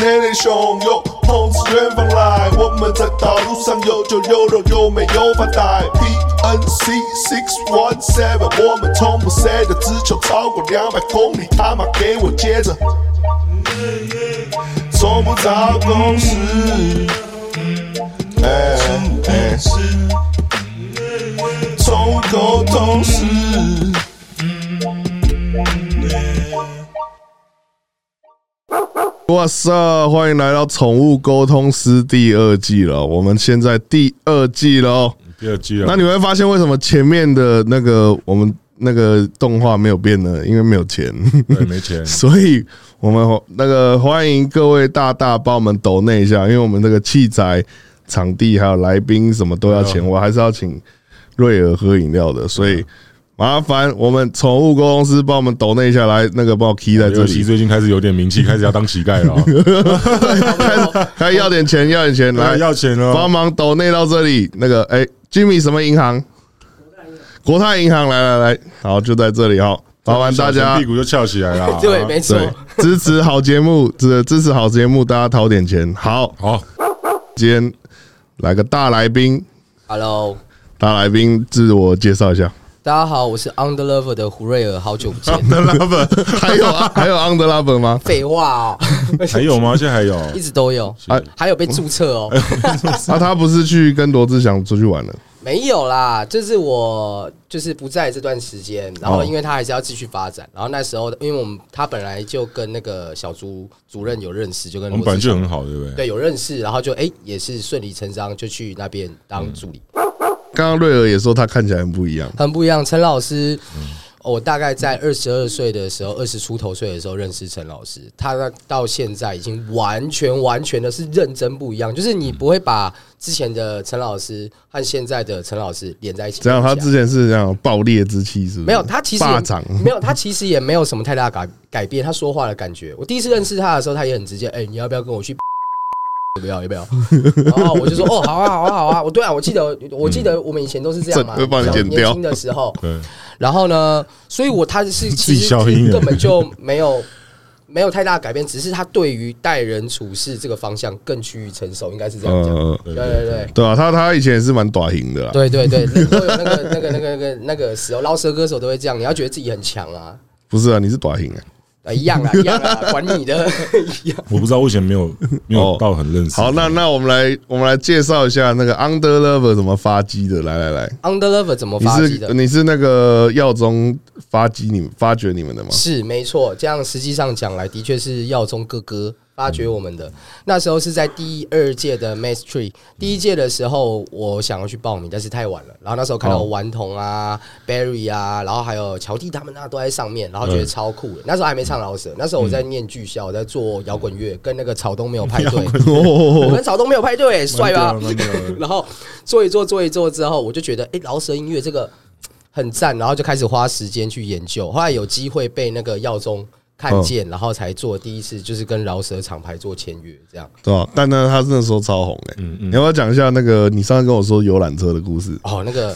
年龄汹涌，碰瓷远方来。我们在道路上有酒有肉，又没有发呆。PNC six one seven，我们从不 s 的，只求超过两百公里。他妈给我接着，从不找公司。哎哎，从无沟通时。哇塞！欢迎来到《宠物沟通师》第二季了，我们现在第二季喽。第二季了那，你会发现为什么前面的那个我们那个动画没有变呢？因为没有钱，，对，没钱 所以我们那个欢迎各位大大帮我们抖内一下，因为我们这个器材、场地还有来宾什么都哦要钱，我还是要请瑞尔喝饮料的，所哦以麻烦我们宠物沟通师帮我们抖内一下来，那个帮我 key 在这尤其里， 最近开始哎有点名气，开始要当乞丐了 哦，还要点钱，要点钱来来要钱帮哦，忙抖内到这里。那个，哎、j i m m y 什么银行？国泰银行，来来来，好，就在这里哈，麻烦大小家屁股就翘起来了，对，没错，对支持好节目，支支持好节目，大家掏点钱。好， 好，今天来个大来宾， Hello，大来宾自我介绍一下。 大家好，我是 On the Lover 的胡瑞尔，好久 不见。 The Lover，还有啊还有 On the Lover 吗？废话哦，还有吗？现在还有，一直都有，啊还有被注册 哦，啊，他不是去跟罗志祥出去玩了？没有啦，就是我就是不在这段时间，然哦后因为他还是要继续发展，然后那时候因为我们他本来就跟那个小朱主任有认识，就跟我们罗本志来祥就很好，对不对？对有认识，然后就哎、也是顺理成章就去那边当助理，刚刚瑞尔也说他看起来很不一样，很不一样。陈老师，嗯哦我大概在二十二岁的时候，二十出头岁的时候认识陈老师，他那到现在已经完全完全的是认真不一样，就是你不会把之前的陈老师和现在的陈老师连在一起这样他讲之前是这样爆裂之气，是不是？没有，他其实也霸掌，没有，他其实也没有什么太大改改变。他说话的感觉，我第一次认识他的时候，他也很直接，哎、你要不要跟 我去？要不要？要不要？然后我就说，哦，好啊，好啊，好啊。我对啊，我记得，我记得我们以前都是这样嘛，这会帮你小剪掉年轻的时候，对，然后呢，所以我他是自其己实消音了根本就没有没有太大改变，只是他对于待人处事这个方向更趋于成熟，应该是这样讲。呃，对对对对。对啊，他他以前也是蛮短型的啊啦。对对对，人都有那个那个那个那个那个时候，饶舌歌手都会这样。你要觉得自己很强啊，不是啊，你是短型啊。啊一样啊一样啊，管你的，一样。我不知道，我以前没有没哦有到很认识。好，那那我们来我们来介绍一下那个 Under Lover 怎么发机的。来来来， Under Lover 怎么你发迹是的？你是那个耀中发机你们发掘你们 的吗？是没错，这样实际上讲来，的确是耀中哥哥发掘我们的。那时候是在第二届的 Mass Tree，第一届的时候我想要去报名，但是太晚了。然后那时候看到哦顽童啊、Barry 啊，然后还有乔弟他们啊都在上面，然后觉得超酷的。那时候还没唱老嗯舍，那时候我在念剧校，我在做摇滚乐，跟那个草东没有 派对，我哦跟草东没有派对，帅吧？蛮屌的蛮屌的然后做一做做一做之后，我就觉得哎、诶饶舌音乐这个很赞，然后就开始花时间去研究。后来有机会被那个耀中看见，然后才做第一次，就是跟饶舌厂牌做签约这样。对吧？但呢，他那时候超红哎、你要不要讲一下那个你上次跟我说游览车的故事？哦，那 个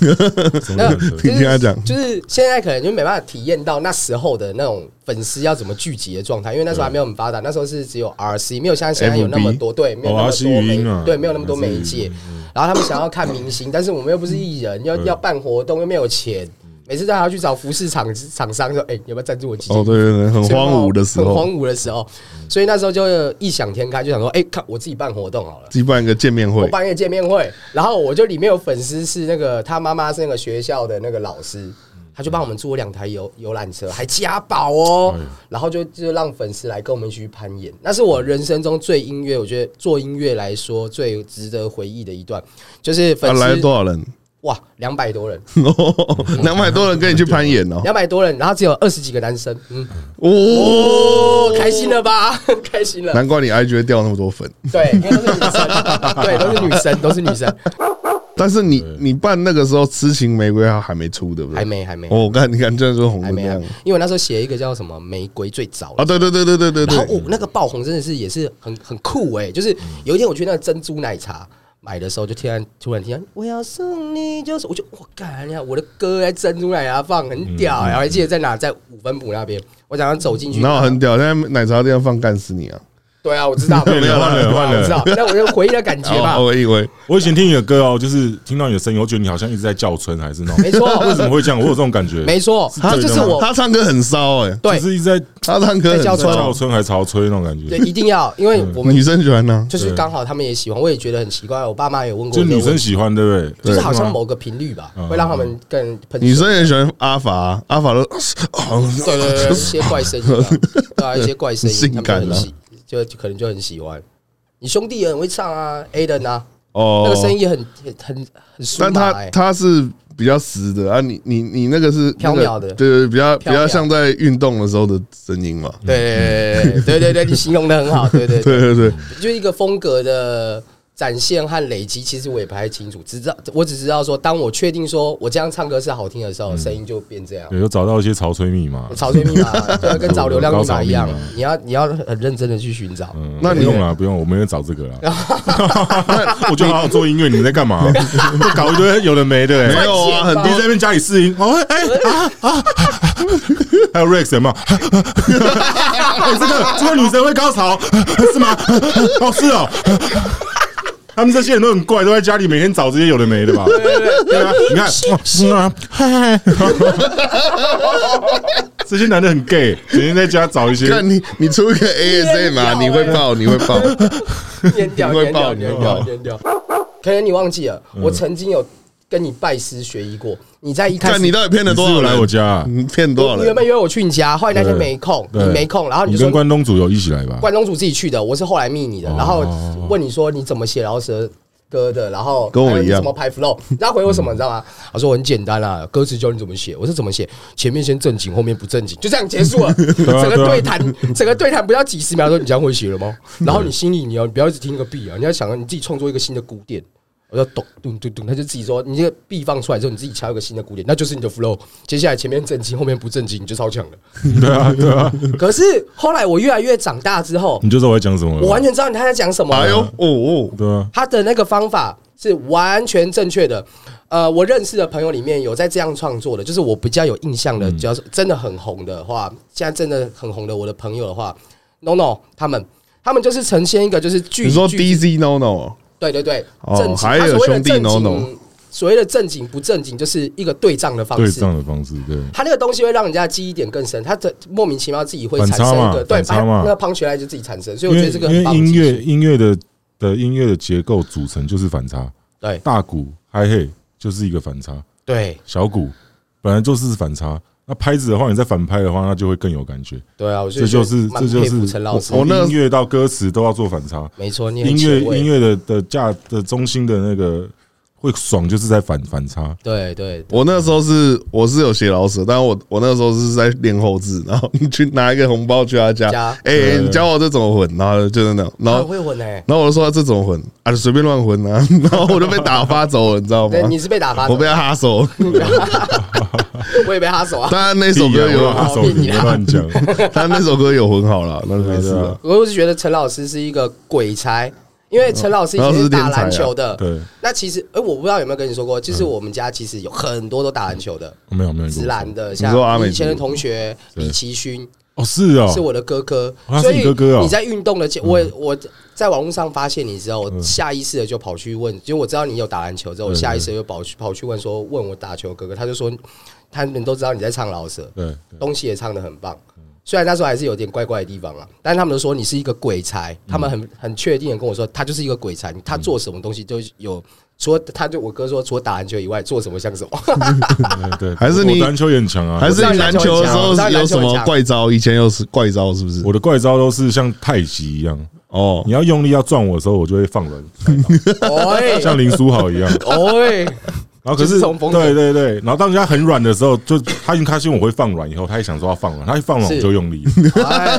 什么那人个听他讲就是现在可能就没办法体验到那时候的那种粉丝要怎么聚集的状态，因为那时候还没有很发达，那时候是只有 RC，没有嗯像现在有那么多对，没有哦那么 RC 多语音啊媒对，没有那么多 RC 媒介。然后他们想要看明星，但是我们又不是艺人，要要办活动又没有钱，每次都还要去找服饰厂厂商说，哎，你要不要赞助我几件哦，对对对，很所以我荒芜的时很荒候，芜的时候，所以那时候就异想天开，就想说，哎、看我自己办活动好了。自己办一个见面我会，办一个见面会，然后我就里面有粉丝是那个他妈妈是那个学校的那个老师，嗯他就帮我们租了两台游游览车，还加保哦哎呦，然后就就让粉丝来跟我们一起去攀岩，那是我人生中最音乐，我觉得做音乐来说最值得回忆的一段，就是啊，粉来了丝多少 人？哇两百 多人，两百多人跟你去攀岩哦，两百多人，然后只有二十几个男生，嗯，哦哦，，开心了吧， 开心了。难怪你 IG 会掉那么多粉。对，因为都是女生，对，都是女生，都是 女生，但是你你办那个时候，痴情玫瑰它还没出，对不对？还没，还没，哦，我看你看，真的是红还的那没，还啊样没因为我那时候写一个叫什么《玫瑰最早啊！》，对对对对对对然后对，嗯哦，那个爆红真的是也是很很酷哎、就是有一天我去那个珍珠奶茶。买的时候就突然突然听到我要送你，就是我就我干呀，我的歌在珍珠奶茶放很嗯屌、欸，我还记得在哪，在五分埔那边，我早上走进去，然后很屌，现在奶茶店放干死你啊！对啊，我知 道，对了换了对啊换了哦我知道。那我就回忆的感觉 吧哦好，，我以为我以前听你的歌哦，就是听到你的声音，我觉得你好像一直在叫春，还是那种没错为 什么会这样？我有这种感觉，没错，他这就是我他唱歌很骚哎、对就是一直在他唱歌很在叫春骚，叫春还是潮吹那种感对觉，一定要，因嗯为我们女生喜欢呢、就是刚好他们也喜欢，我也觉得很奇怪。我爸妈也问过就我这个女生问题，喜欢，对不对？就是对好是像吗某个频率吧嗯，会让他们更喷水女生也喜欢阿法、阿法都对对对，一些怪声音啊，对啊，一些怪声音，性他感啊们就很喜，就就可能就很喜欢。你兄弟也很会唱啊，A 的啊， 哦那个声音也很很很很舒但麻他哎，他是比较实的啊，你你你那个是飘渺的那个对对，比较比飘渺较像在运动的时候的声音嘛。对对对对对对，你形容的很好，对对对，对对对，就一个风格的展现和累积，其实我也不太清楚，只知道我只知道说，当我确定说我这样唱歌是好听的时候，声音就变这样。对，有找到一些潮吹密码，找追密码，对啊，跟找流量密码一样高潮密码，你要你要很认真的去寻找。嗯那不你用了，不用，我没有找这 个了。 我就好好做音乐，你们在干嘛？搞一堆有的没的，没欸有啊，很赚你在那钱吧多边家里试音，哦，哎啊啊，还有 Rex 有没有？ 哎，这个这个女生会高潮 是吗？哦，是哦。 他们这些人都很怪，都在家里每天找这些有的没的吧？对啊，你看，哇嗯啊，嗨， 这些男的很 gay，整天在家找一些看你你出一个 ASM 掉 啊，欸你会爆，你会爆，粘 掉，你会粘掉，爆粘你会掉，爆嗯粘掉。 可能你忘记了，我曾经有跟你拜师学艺过。你在一开始，啊看你到底骗了多你是少不是人？来我家啊你骗多少你原人？本约我去你家，后来那天对没空，你对没空，然后你就说跟关东煮有一起来吧？关东煮自己去的，我是后来密你的，然后哦问你说你怎么写饶舌歌的，然后跟我还有你一样怎么排 flow，然后回我什么你知道吗？他说我很简单啦，歌词教你怎么写，我说怎么写，前面先正经，后面不正经，就这样结束了。啊整个对啊对谈，整个对谈不到几十秒，说你这样会写了吗？然后你心里你要你不要一直听个 B 啊，你要想你自己创作一个新的鼓点。我就咚咚咚咚，他就自己说，你这个 B 放出来之后，你自己敲一个新的鼓点，那就是你的 flow。接下来前面正经，后面不正经，你就超强了。 对啊，对啊，可是后来我越来越长大之后，你就知道我在讲什么了。我完全知道你他在讲什么了。哎呦哦哦，对啊，他的那个方法是完全正确的。呃，我认识的朋友里面有在这样创作的，就是我比较有印象的，嗯只要是真的很红的话，现在真的很红的我的朋友的话，no no，他们他们就是呈现一个就是剧，你说剧 DZ No 啊 No，对对对，哦正经，还有他所谓的兄弟正经 NONO 所谓的正经不正经，就是一个对仗的方对式这。样的方式，对。他那个东西会让人家记忆点更深，他的莫名其妙自己会反产差生一嘛个对，反差嘛那个 punch line 就自己产生，所以因我觉为得这个很因为棒的音技乐术音乐的的音乐的结构组成就是反差，对大鼓嗨嘿就是一个反差，对小鼓本来就是反差。那拍子的话，你再反拍的话，那就会更有感觉。对啊，我这就是觉得这就蛮佩服是陈老我师我从那音乐到歌词都要做反差。没错，你很音乐前卫音乐的的价的中心的那个会爽，就是在反反差。对对我那时候是我是有写老舍，但我我那时候是在练后置， 然后你去拿一个红包去他家家，哎、欸你教我这怎么混，然后就是那种，然很后会混哎、然后我就说这怎么混啊，就随便乱混啊， 然后我就被打发走了，你知道吗对，？你是被打发的，我被他哈 手，我也被他手啊。当然那首歌屁啊我有，拿哦手你别乱讲，但那首歌有混好了，那就没事对啊了。我就是觉得陈老师是一个鬼才，因为陈老师以前是打篮球的。啊对，嗯那其实，哎、我不知道有没有跟你说过，就是我们家其实有很多都打篮球的，没有没有直男的，你说阿像美以前的族同学对李奇勋哦，是哦，是我的哥哥哦他，是所你以哥哥哦你在运动的前，我我在网络上发现你之后，我下意识的就跑去问，因为我知道你有打篮球之后，我嗯对下意识地就跑去跑去问说，问我打球的哥哥，他就说，他们都知道你在唱老舍，对对东西也唱的很棒。虽然那时候还是有点怪怪的地方啊，但他们都说你是一个鬼才，嗯他们很很确定的跟我说，他就是一个鬼才，他做什么东西都有，除了他对我哥说，除了打篮球以外，做什么像什么。 对对，还是你我篮球也很强啊，还是我你知道篮篮球球很的时强我啊候知道是有篮什球很么强怪招？以前有是怪招是不是？我的怪招都是像太极一样，哦你，要用力要撞我的时候，我就会放软，哎像林书豪一样。哎，然后可就是是这种风格对对对，然后当人家很软的时候，就他因为他因为我会放软，以后他也想说要放软，他一放软是我就用 力。哎，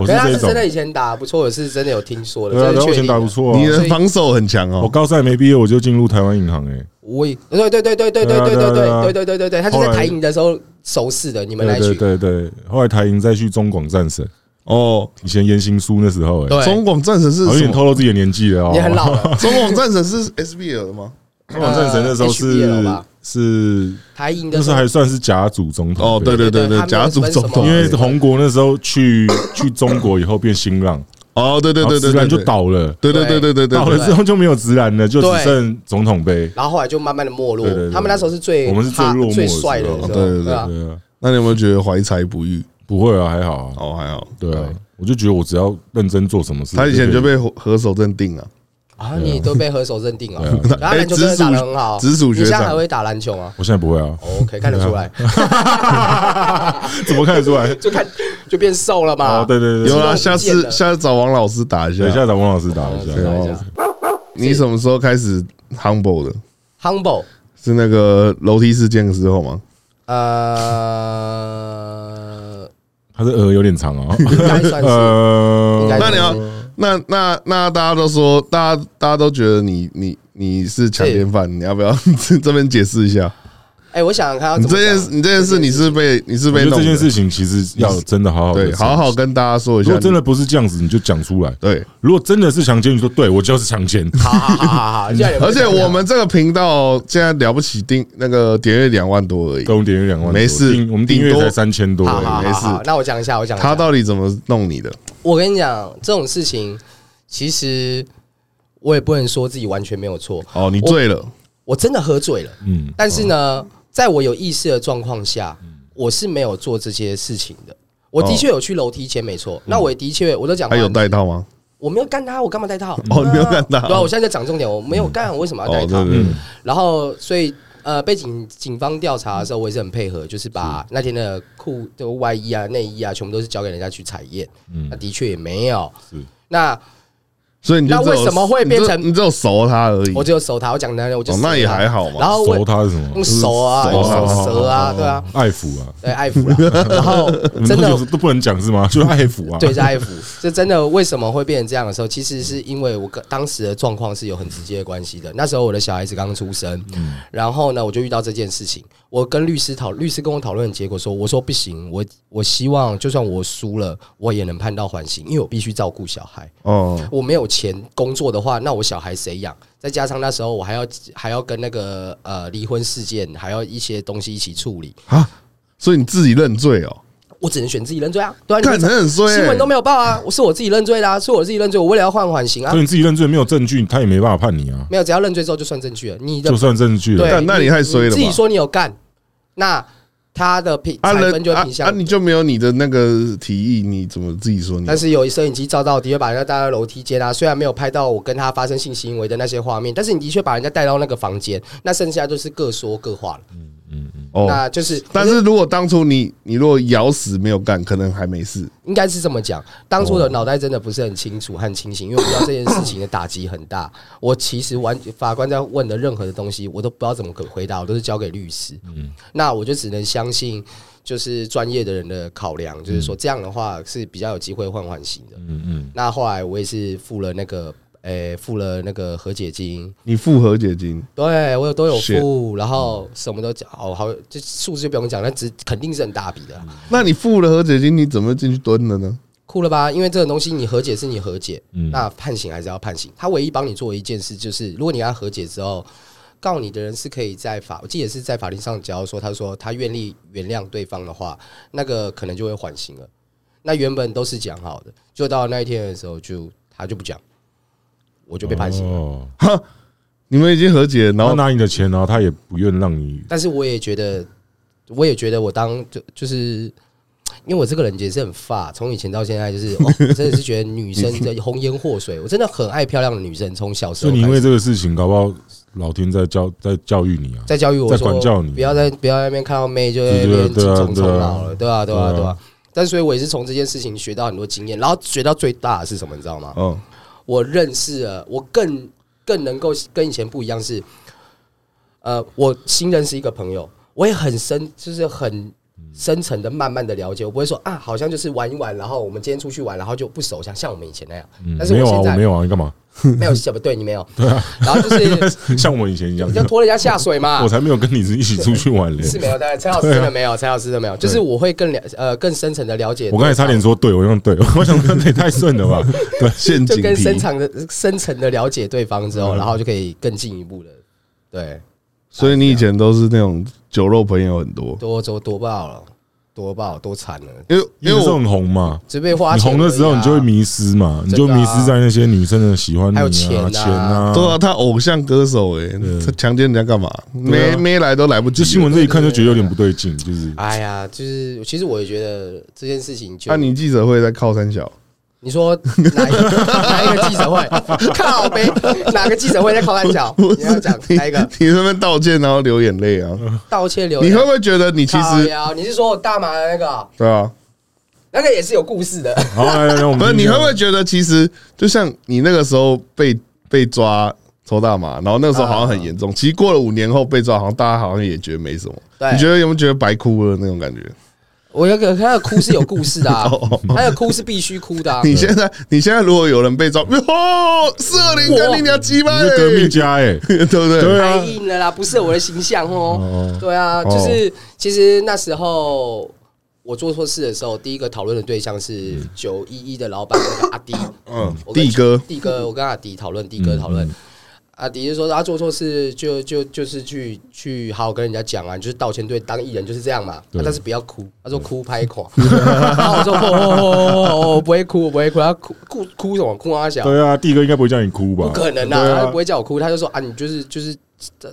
我可是是他这是种真，的以前打得不错，我是真的有听说的，对啊，然真的后确以前定打的不。错你啊。的防守很强我哦。高三没毕业，我就进入台湾银行哎，我也对对对对对对对对对啊对啊对对对对对对，他就在后来台营的时候熟识的，你们来对去对对对，后来台银再去中广战神，哦，以前言行书那时候哎，对啊中广战神是好像有什点么？透露自己的年纪了哦。你很老了，中广战神是 SBL 的吗？中广战神那时候呃，HBL 吧是是台营那的时时候候还算是甲组总统哦，对对对对对对，他们甲组分什总么统，因为红国那时候去去中国以后变新浪，哦，对对对对直对，男就，倒了，对对对对对对，倒了之后就没有直男了，就只对剩总统杯。然后后来就慢慢的没落对对对。他们那时候是最我们是最哈落寞的最时候帅的时候，对对对啊，对啊，那你有没有觉得怀才不遇？不会啊，还好啊。哦，还好，对啊，我就觉得我只要认真做什么事，他以前就可以被何何守正定了，啊，你都被何手认定了，对然后篮球真的打得很好，哎直属直属你学长现在还会打篮球吗我现在不 会啊，哦？OK，看得出来，怎么看得出来？就看就变瘦了嘛 哦，。对对对，有啊我啦，不下见次了下次找王老师打一下等一。下找王老师打一哦对下。一下你什么时候开始 humble 的？ ，humble，是那个楼梯事件的时候吗？呃，他的额有点长啊， 应该算是，应呃，该那你要是那那那大家都说，大家大家都觉得你你你是强奸犯，你要不要 这边解释一下？哎，我想想看要你怎么这件讲事，你这件事你是被你是我被觉得弄这的件事情其实要真的好好地对，好好跟大家说一如下，果真的不是这样子，你就讲出来。对。如果真的是强奸，你说对我就是强 奸，好好好好好，现在有没有而且我们这个频道现在了不起订那个点阅两万多而已，对，我们点阅两万多，没事订我们订阅才三千多，好好没好事好，那我讲一下，我讲一下他到底怎么弄你的？我跟你讲，这种事情其实我也不能说自己完全没有错，哦，你醉了，我真的喝醉了。嗯，但是呢，在我有意识的状况下，我是没有做这些事情的。我的确有去楼梯间，没错。那我也的确，我都讲他过有戴套吗？我没有干他，我干嘛戴套？哦你没有干他对啊，我现在在讲重点，我没有干，我为什么要哦，戴套对？对对，嗯然后，所以呃，被警警方调查的时候，我也是很配合，就是把那天的裤、的外衣啊、内衣啊，全部都是交给人家去采验。那嗯的确也没有是。那 所以你就那只有为什么会你只变成你只有熟他而已？我只有手他，我讲男人，我就哦手他、那也还好嘛然后我熟他是什么用？手啊，熟用啊手蛇啊，对啊，爱抚啊，对爱抚啦。然后真你们都的有都不能讲是吗？ 就是爱抚啊，对是爱抚， 这真的为什么会变成这样的时候，其实是因为我跟当时的状况是有很直接的关系的。那时候我的小孩子刚出生，然后呢，我就遇到这件事情，我跟律师讨，律师跟我讨论的结果说，我说不行，我我希望就算我输了，我也能判到缓刑，因为我必须照顾小孩。哦，我没有钱工作的话，那我小孩谁养？再加上那时候我还要还要跟那个呃离婚事件，还要一些东西一起处理，所以你自己认罪哦，我只能选自己认罪啊！对啊，你干们你很衰欸，新闻都没有报啊，我是我自己认罪的、啊，是我自己认罪，我为了要换缓刑啊所以，你自己认罪没有证据，他也没办法判你啊，没有，只要认罪之后就算证据了。你的就算证据了。对啊干，那你太衰了吧自己说你有干，那他的评啊裁人分就会啊评啊，向你。就没有你的那个提议，你怎么自己说你？但是有摄影机照到，的确把人家带到楼梯间啊。虽然没有拍到我跟他发生性行为的那些画面，但是你的确把人家带到那个房间，那剩下就是各说各话了。哦，那就是，但是如果当初你你如果咬死没有干，可能还没事。应该是这么讲，当初的脑袋真的不是很清楚和清醒，因为我知道这件事情的打击很大。我其实完法官在问的任何的东西，我都不知道怎么回答，我都是交给律师。那我就只能相信就是专业的人的考量，就是说这样的话是比较有机会换缓刑的。嗯嗯，那后来我也是付了那个，诶、付了那个和解金，你复合解金，对我有都有 Shit 付，然后什么都讲，哦，好，这数字就不用讲，那只肯定是很大笔的啦。那你付了和解金，你怎么进去蹲了呢？酷了吧？因为这种东西你和解是你和解，嗯那判刑还是要判刑。他唯一帮你做一件事就是，如果你跟他和解之后，告你的人是可以在法，我记得是在法庭上，只要说他说他愿意原谅对方的话，那个可能就会缓刑了。那原本都是讲好的，就到那一天的时候就他就不讲，我就被判刑了。哦，你们已经和解，然然后哦后拿你的钱，然后他也不愿让你，但是我也觉得，我也觉得我当就就是。因为我这个人也是很发，从以前到现在就是， 哦、我真的是觉得女生的红颜祸水，我真的很爱漂亮的女生。从小时所候以你开因为始这个事情，搞不好老天在教在教育你啊。在教育我在说，管教你不要在不要在那边看到妹就对在那对边对精啊对虫充啊脑了，对啊对啊对对啊啊。但所以我也是从这件事情学到很多经验，然后学到最大的是什么，你知道吗？哦，我认识了，我更更能够跟以前不一样是，呃，我新认识一个朋友，我也很深，就是很深层的、慢慢的了解，我不会说啊，好像就是玩一玩，然后我们今天出去玩，然后就不熟，像像我们以前那样。嗯但是没有我啊，现我在没有啊啊，你干嘛？没有什么，对你没有，然后就是 像我以前一样你，就拖人家下水 嘛我。才没有跟你一起出去玩嘞。是没有的，陈老师真的没有，陈老师真的没有，就是我会更了呃更深层的了解。我刚才差点说对，我用对， 我想说这也太顺 了吧？对，陷就阱跟深题。层的深层的了解对方嗯之后，然后就可以更进一步的对所以你以前都是那种酒肉朋友很多，多多多爆了。多不好多惨了，因为因因为为时候我很红嘛，只被花你钱而已啊。啊红的时候你就会迷失嘛，你就迷失在那些女生的喜欢你还有啊、钱啊钱啊，对啊，他偶像歌手哎，他强奸人家干嘛？啊没没来都来不及就了。新闻这一看就觉得有点不对劲，就是哎呀，就是其实我也觉得这件事情就那啊你记者会在靠山小，你说哪一个 哪一个记者会？靠呗，哪个记者会在靠岸角？ 你要讲你哪一个？ 你这边道歉然后流眼泪啊？道歉留你言会不会觉得你其靠实腰你是说我大麻的那个哦？对啊？那个也是有故事的。好来来来，我们不是听一你下会不会觉得其实就像你那个时候被被抓抽大麻，然后那个时候好像很严重，其实过了五年后被抓，好像大家好像也觉得没什么。对你觉得有没有觉得白哭了那种感觉？我有个他的哭是有故事的、 啊哦，他的哭是必须哭的、啊。你现在你现在如果有人被抓，哦，四零跟你娘鸡巴你欸，是革命家哎、 对不对？对太啊，硬了啦，不是我的形象哦哦。对啊，哦就是其实那时候我做错事的时候，第一个讨论的对象是九一一的老板那个阿迪，嗯我，跟帝哥，弟哥，我跟阿迪讨论，弟哥讨论。阿迪就说他做错事就就就是去去好好跟人家讲啊，你就是道歉对，当艺人就是这样嘛。啊但是不要哭，他说哭拍垮。然后我说哦哦哦哦，我不会哭，我不会哭，他哭哭哭什么？哭啊小，对啊，第一个应该不会叫你哭吧？不可能对啊，他啊不，会叫我哭，他就说啊，你就是就是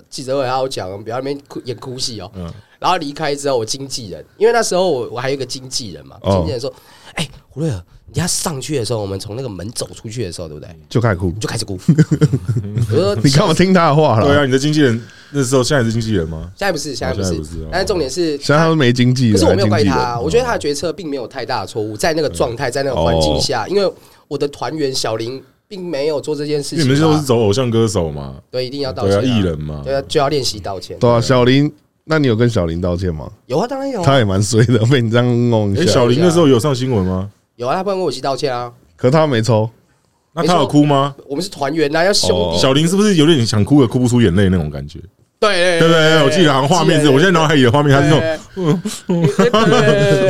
记者会还要讲，不要在那边哭演哭戏哦。嗯然后离开之后，我经纪人，因为那时候我我还有一个经纪人嘛，哦经纪人说，哎，胡瑞尔，你要上去的时候，我们从那个门走出去的时候，对不对？就开始哭你。就开 始哭。我就说你干嘛听他的话对了？啊，你的经纪人那时候现在也是经纪人吗？现在不是，现在不现是在不是哦，但是重点是，现在他都没经济了，可是我没有怪还经纪他，啊人我觉得他的决策并没有太大的错误，在那个状嗯态，在那个环境哦下，因为我的团员小林并没有做这件事因为情你们都是嘛，走偶像歌手嘛，对，一定要啊道对啊，歉，艺，人嘛，对啊，就要练习道歉。对啊，小林，那你有跟小林道歉吗？有啊，当然有啊，他也蛮衰的， 被你这样弄哎、一下小。林那时候有上新闻吗？有啊，他不能跟我一起道歉啊，可他没抽，那他有哭吗？我们是团员呐，要兄哦弟，小林是不是有点想哭也哭不出眼泪那种感觉？对对不对？我记得好像画面是，我现在脑海里的画面，他是那种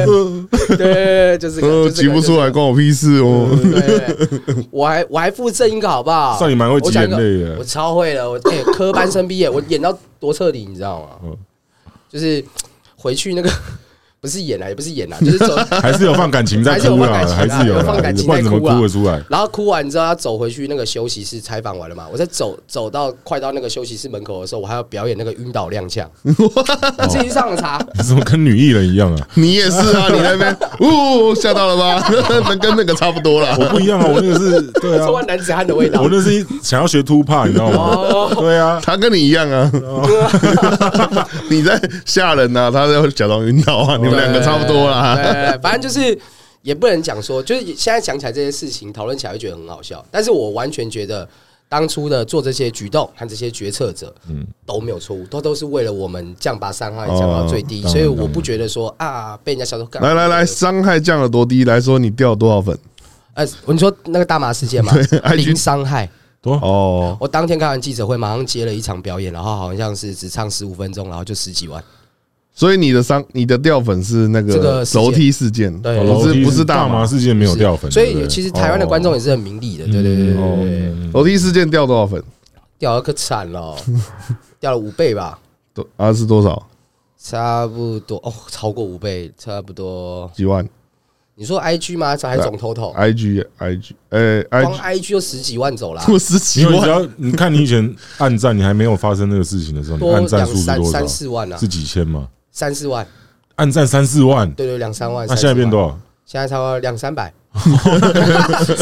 种，对，就是呃，急不出来，关我屁事哦。对，我还我还附赠一个好不好？算你蛮会挤眼泪我讲一个我的。超会了，我哎、科班生毕业，我演到多彻底，你知道吗？嗯就是回去那个不是演啊，也不是演啊，就是走，还是有放感情在哭啦，还还是是有有放啦，感情不在哭啊然怎么哭得出来？然后哭完之后要走回去那个休息室采访完了嘛，我在走走到快到那个休息室门口的时候，我还要表演那个晕倒踉跄，那自己去上网查。怎么跟女艺人一样 啊？你也是啊，你那边，呜，吓到了吧？ 那跟那个差不多啦。我不一样啊，我那个是对 啊充，满男子汉的味道我。那是想要学 t 帕，你知道哦吗？对啊，他跟你一样啊， 你在吓人呐、啊，他在假装晕倒啊，你们两个差不多对啦。对对对反正就是也不能讲说，就是现在想起来这些事情，讨论起来会觉得很好笑。但是我完全觉得当初的做这些举动和这些决策者，嗯，都没有错误，都都是为了我们降把伤害降到最低，哦所以当然我不觉得说啊被人家笑说干嘛来来来，伤害降了多低？来说你掉多少粉？呃，你说那个大麻事件嘛，零伤害。多哦，我当天开完记者会，马上接了一场表演，然后好像是只唱十五分钟，然后就十几万。所以你的伤，你的掉粉是那这个个事件楼梯事件，对不是不是大大麻麻。事件没有掉粉，所对不以对哦其实台湾的观众也是很明理的，对对对对对对。楼梯事件掉多少粉？掉了可惨了哦， 掉了五倍吧，多啊是多少？差不多哦，超过五倍，差不多。几万你说 IG 吗？还是总 total？哎？IG IG，呃光，IG， IG 就十几万走啦，我十几因为你只万，要你看你以前暗战，你还没有发生那个事情的时候，你多暗战两数是三多三少？四万啊是，几千嘛？三四万，暗战三四万，对对，两三万。那现在变多少？少？现在差不多两三百。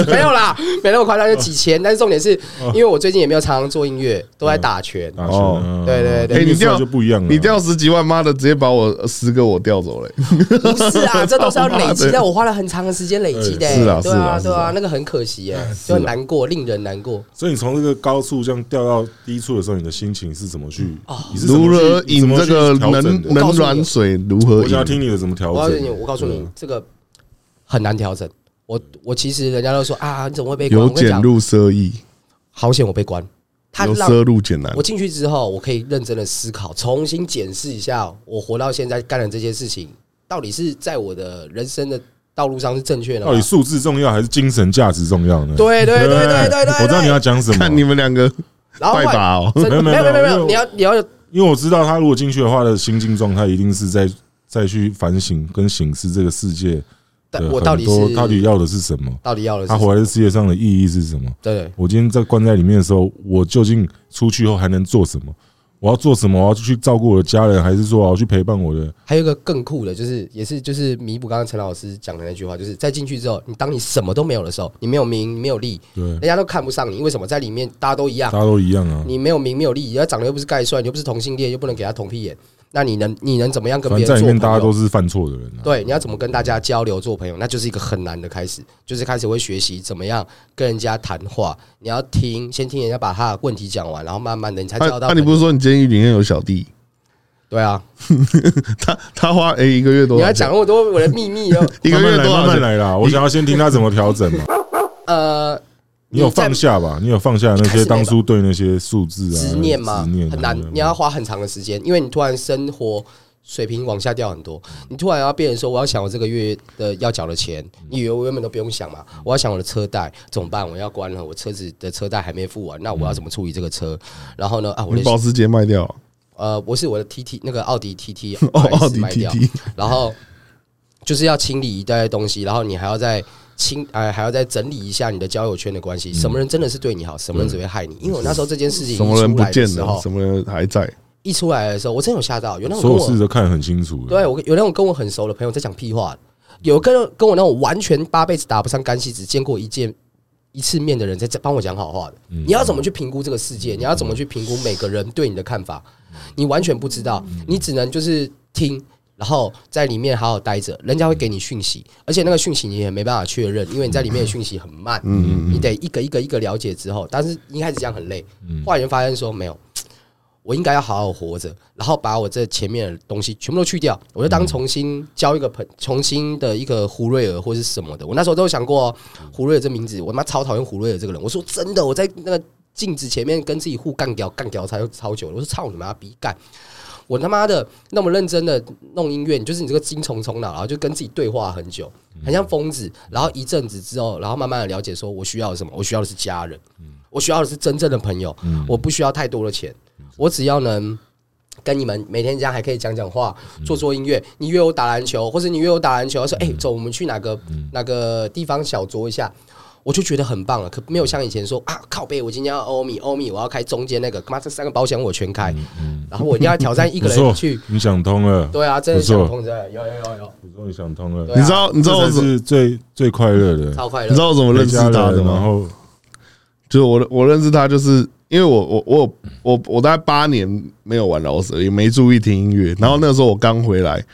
没有啦，没那么夸张，就几千。但是重点是，哦因为我最近也没有常常做音乐，都在打拳。大哦学嗯对对对哎你掉就不一样了，你掉十几万，妈的，直接把我十个我调走了。不是啊，这都是要累积他妈的的，我花了很长的时间累积的、哎是啊对是啊啊，是对啊啊，那个很可惜耶、就很难过，令人难过。所以你从这个高处这样掉到低处的时候，你的心情是怎么去？哦你是怎如么去何引这个？你怎么去调整冷的冷我告诉你暖水如何我想要饮？听你的怎么调我告诉你，整。我告诉你嗯，这个很难调整。我我其实人家都说啊，你怎么会被关？由我跟你俭讲，入奢易，好险我被关。他由让奢入俭难我。进去之后，我可以认真的思考，重新检视一下我活到现在干的这些事情，到底是在我的人生的道路上是正确的到吗底？数字重要还是精神价值重要呢？对对对对对对对，我知道你要讲什么，看你们两个然后拜后来把哦，真没有没没有有没有没没有有，你要你要因为我知道他如果进去的话，他的心境状态一定是在再去反省跟省思这个世界但的我到底很多是到底要的是什么，到底要的是他活在这世界上的意义是什么？对我今天在关在里面的时候，我究竟出去后还能做什么？我要做什么？我要去照顾我的家人，还是说我要去陪伴我的？还有一个更酷的，就是也是就是弥补刚刚陈老师讲的那句话，就是在进去之后，你当你什么都没有的时候，你没有名，你没有利，对人，家都看不上你。为什么在里面大家都一样大？家都一样啊。你没有名，没有利，人家长得又不是盖帅，你又不是同性恋，又不能给他同屁眼，那你能你能怎么样跟反别正人在里做面大家朋都友？是犯错的人啊。对，你要怎么跟大家交流做朋友，那就是一个很难的开始，就是开始会学习怎么样跟人家谈话。你要听，先听人家把他的问题讲完，然后慢慢的你才那知道到那啊朋友。你不是说你监狱里面有小弟？对啊？他他花诶、一个月多你少要钱讲？那么多我的秘密 哦。一个慢慢月来，多少慢慢钱？来啦。我想要先听他怎么调整嘛。呃， 你有在放下吧？你有放下那开始些没吧当初对那些数字啊、执念嘛，执念啊很难，你要花很长的时间，因为你突然生活水平往下掉很多，嗯你突然要变成说，我要想我这个月的要缴的钱，你以为我原本都不用想嘛？我要想我的车贷怎么办？我要关了，我车子的车贷还没付完，那我要怎么处理这个车？然后呢，啊，我嗯你的保时捷卖掉了？呃，不是我的 TT 那个奥迪 TT 哦， RS 奥迪卖掉 TT 然后就是要清理一袋东西，然后你还要再清，哎，还要再整理一下你的交友圈的关系，什么人真的是对你好，什么人只会害你。因为我那时候这件事情一嗯什么人出不来见的时了？候什，么人还在？一出来的时候，我真的有吓到，有那种所跟有事我都看得很清楚。对，啊我有那种跟我很熟的朋友在讲屁话的，有跟跟我那种完全八辈子打不上干系，只见过一见。一次面的人在帮我讲好话的，嗯你要怎么去评估这个世界？你要怎么去评估每个人对你的看法？你完全不知道，嗯你只能就是听，然后在里面好好待着。人家会给你讯息，而且那个讯息你也没办法确认，因为你在里面的讯息很慢，嗯你得一个一个一个了解之后。但是一开始这样很累，嗯后来你就发现说没有，我应该要好好活着，然后把我这前面的东西全部都去掉，我就当重新交一个朋，重新的一个胡瑞尔或是什么的。我那时候都有想过哦胡瑞尔这名字，我他妈超讨厌胡瑞尔这个人。我说真的，我在那个镜子前面跟自己互干掉，干掉超超久了。我说操你妈逼干！我他妈的那么认真的弄音乐，你就是你这个精虫虫脑，啊然后就跟自己对话很久，很像疯子。然后一阵子之后，然后慢慢的了解，说我需要的是什么？我需要的是家人， 我需要的是真正的朋友，嗯我不需要太多的钱，我只要能。跟你们每天这样还可以讲讲话，嗯做做音乐。你约我打篮球，或者你约我打篮球，说哎、走，我们去哪个嗯哪个地方小酌一下，我就觉得很棒了。可没有像以前说啊靠背，我今天要欧米欧米，我要开中间那个，妈这三个包厢我全开，嗯然后我一定要挑战一不个错人去。，你想通了。对啊，真的不错想通真的有有有有，我终于想通了对。啊你知道你知道我这才怎是最最快乐的。超快你知乐。道我怎么认识他的然吗？后就是我我认识他，就是因为我我我有我我大概八年没有玩饶舌，也没注意听音乐。然后那个时候我刚回来，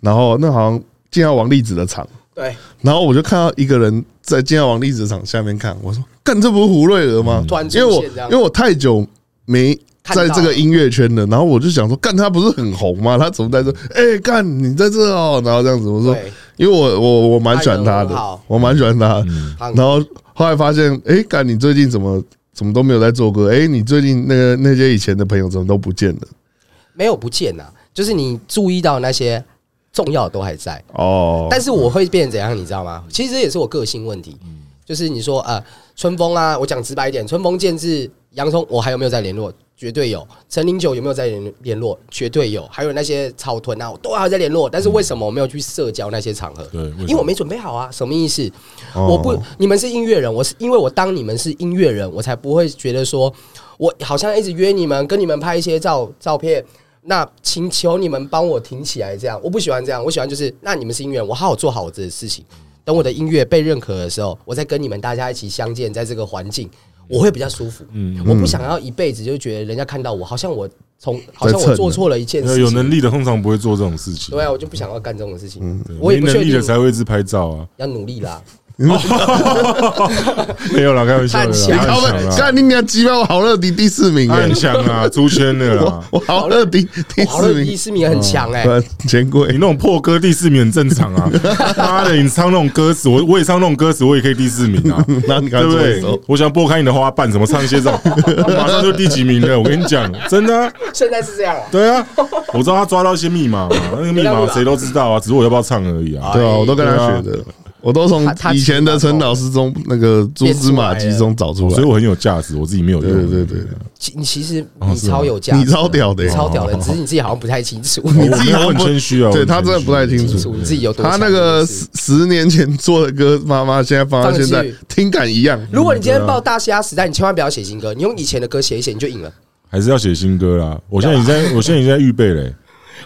然后那好像进到王力子的场，对，然后我就看到一个人在进到王力子场下面看，我说：“干，这不是胡瑞娥吗？”突然出因为我现这样因为我太久没看到在了这个音乐圈了，然后我就想说，干他不是很红吗？他怎么在这？哎，干你在这哦，然后这样子，我说对，因为我我我蛮喜欢他他人很的好，我蛮喜欢他的。嗯他然后后来发现，哎，干你最近怎么怎么都没有在做歌？哎，你最近那个那些以前的朋友怎么都不见了？没有不见呐，就是你注意到那些重要的都还在，哦，但是我会变成怎样，你知道嗯吗？其实这也是我个性问题，就是你说呃，春风啊，我讲直白一点，春风建制、洋葱，我还有没有在联络？绝对有。陈零九有没有在联联络？绝对有。还有那些草屯啊，我都还有在联络，但是为什么我没有去社交那些场合？对为什么因为我没准备好啊。什么意思？我不，你们是音乐人，我是因为我当你们是音乐人，我才不会觉得说我好像一直约你们，跟你们拍一些照照片。那请求你们帮我挺起来，这样我不喜欢这样，我喜欢就是那你们是音乐人，我好好做好我自己的事情。等我的音乐被认可的时候，我再跟你们大家一起相见，在这个环境，我会比较舒服。嗯，我不想要一辈子就觉得人家看到我，好像我从好像在蹭我做错了一件事要情。有能力的通常不会做这种事情。对啊，我就不想要干这种事情。对，我也不没确能力定的才会一直拍照啊。要努力啦。没有啦，开玩笑的看起啦，来他他们很强啊，干你娘鸡巴，我好乐迪第四名他哎很，强啊，出圈的啦。我好乐迪第我哦好了，四名第，四名很强哎、对，钱柜 你那种破歌第四名很正常啊，妈的，你唱那种歌词，我我也唱那种歌词，我也可以第四名啊， 那你刚对才不做的对时候，？我想拨开你的花瓣，怎么唱一些这种，马上就第几名了。我跟你讲，真的啊、现在是这样啊。对啊，我哎知道他抓到一些密码嘛，那个密码谁都知道啊，只是我要不要唱而已啊。对啊，我都跟他学的。我都从他他哦以前的陈老师中那个蛛丝马迹中找出来，所以我很有价值，我自己没有用。对对对对其你其实哦你是吗超有价值，你超屌的你超屌的，哦只是你自己好像不太清楚，我你自己我没有好像很不谦虚啊，对我很他真的谦虚不太清清楚楚你自己有多他那强个这件十事十年前做的歌，妈妈现在放到现放在进去听感一样。如果你今天报大虾时代，你千万不要写新歌，你用以前的歌写一写，你就赢了。还是要写新歌啦。我现在已经啊在，我现在已经在预备嘞。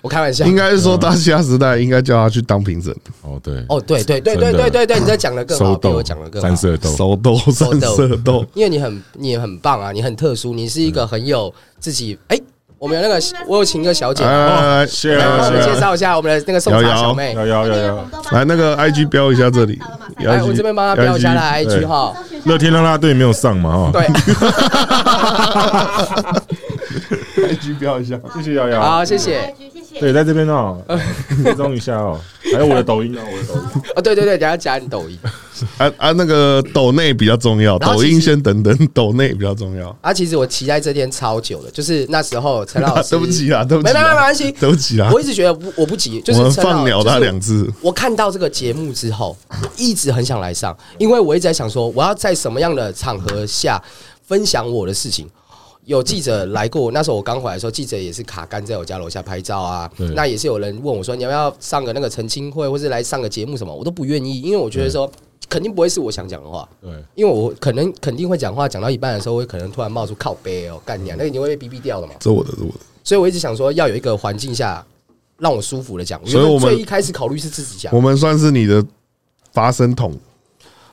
我开玩笑应。该是说大虾时代应该叫他去当评审，哦，对，哦，对对对真对的对对对，你在讲的更好，收比豆我讲的更三好。色豆，手抖三色豆，因为你很你很棒啊，你很特殊，你是一个很有自己。哎、我们有那个，我有请一个小姐，哎来 来来谢谢来帮我们来介绍一下我们的那个送茶小妹。要要要要，来哎那个 IG 标一下这里，来， IG 我这边帮她标一下她的 IG IG 哈。乐天啦啦队没有上嘛哦哈。对，哎 IG 标一下，谢谢瑶瑶。好，谢谢。，呃谢谢。对，在这边哦，追踪一下哦，还有我的抖音哦，我的抖音。哦，对对对，等一下加你抖音。啊啊，那个抖内比较重要，然后抖其实音先等等，抖内比较重要。啊，其实我期待这天超久了，就是那时候陈老啊 师，对不起啦，对不起啦，没没没没关系对不起啦，我一直觉得我我不急，就我们是陈老放鸟他就是两次。我看到这个节目之后，一直很想来上，因为我一直在想说，我要在什么样的场合下分享我的事情。有记者来过，那时候我刚回来的时候，记者也是卡干在我家楼下拍照啊对。那也是有人问我说，你要不要上个那个澄清会，或是来上个节目什么？我都不愿意，因为我觉得说肯定不会是我想讲的话，对，因为我可能肯定会讲话，讲到一半的时候，我可能突然冒出靠背哦，干你、啊，那个你会被逼逼掉的嘛。这我的，这我的。所以我一直想说，要有一个环境下让我舒服的讲。所以我们原本最一开始考虑是自己讲我，们算是你的发声筒，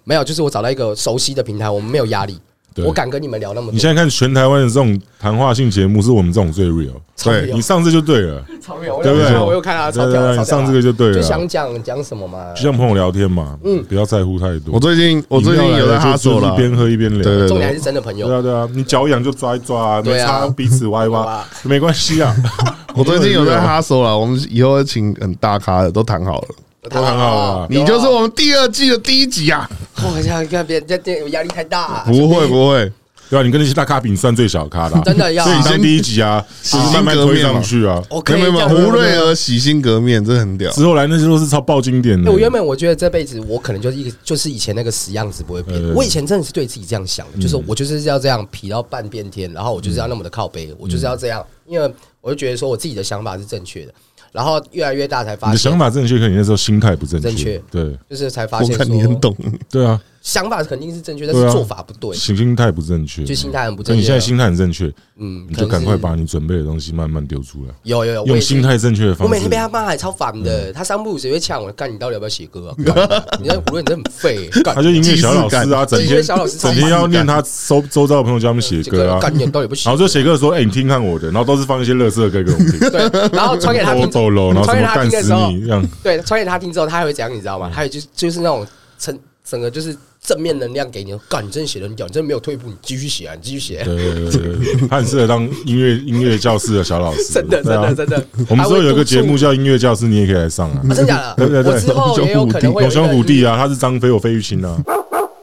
没有，就是我找到一个熟悉的平台，我们没有压力，对我敢跟你们聊那么你多现。在看全台湾的这种谈话性节目，是我们这种最 real。超对屌你上这就对了，超屌，我对有不对看我有看啊，超对屌对对，的，超屌的你上这个就对了就。想讲讲什么嘛就。像朋友聊天嘛，嗯，不要在乎太多。我最近我最近有在哈手了，了一，边喝一边聊。对对重点还是真的朋对友，啊，对啊，你脚痒就抓一抓，没对啊差彼此歪吧好吧，没关系啊。 我最近有在哈手了。我们以后请很大咖的，都谈好了。他很好啊你就是我们第二季的第一集啊！哦我想看别人家店，我压力太大，啊不会不会，对啊，你跟那些大咖比，你算最小咖的啊， 真的要哦所以你当第一集啊， 就新是慢慢推上去啊。 OK 没有没有，这样胡瑞儿洗心革面，这很屌。 之后来那些都是超爆经典哎的。我原本我觉得这辈子我可能就是一个就是以前那个死样子不会变对对。对我以前真的是对自己这样想的，嗯就是我就是要这样皮到半边天，然后我就是要那么的靠背，嗯我就是要这样，因为我就觉得说我自己的想法是正确的。然后越来越大才你发的想现，法正确，可你那时候心态不正正确确。对就是才发我现看你很啊说懂，对啊，想法肯定是正确，但对是啊做法不对，心心态不正确，就心态很不可正确。你现在心态很正确，嗯你就赶快可能是把你准备的东西慢慢丢出来，有有有我用也心态嗯正确的我方每式天被。他骂，还超烦的。他三不五时会呛我，干你到底要不要写歌啊？干你在无论你真的很废， 他干就音乐小老师啊，整这音乐天小老师超整天要念他周周遭的朋友叫他们写这歌个啊，干你到底要不要写然后就写歌说：“哎、你听看我的。”然后都是放一些乐色歌给我们听， 对，然后传给他我听，走了，然后传什给么他干听的时死候，你这样。对，传给他听之后，他还会怎样？你知道吗？他也就是就是那种整整个就是正面能量给你，干你真的写的很屌，你真的没有退步，你继续写啊，你继续写，对对对对对，他很适合当音乐音乐教室的小老师， 真的真对啊的真的。我们之后有一个节目啊，叫音乐教室，你也可以来上啊。真假 对对的？对我之后也有可能会有龙一个兄虎 弟啊，他是张飞，我费玉清啊。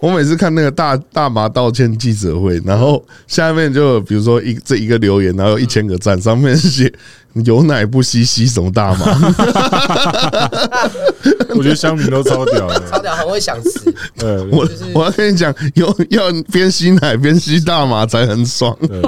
我每次看那个大大麻道歉记者会，然后下面就有比如说一这一个留言，然后有一千个赞，上面写有奶不吸吸什么大麻，我觉得乡民都超屌超 的。屌，啊很会想词。 对，我我要跟你讲，有要边吸奶边吸大麻才很爽。对，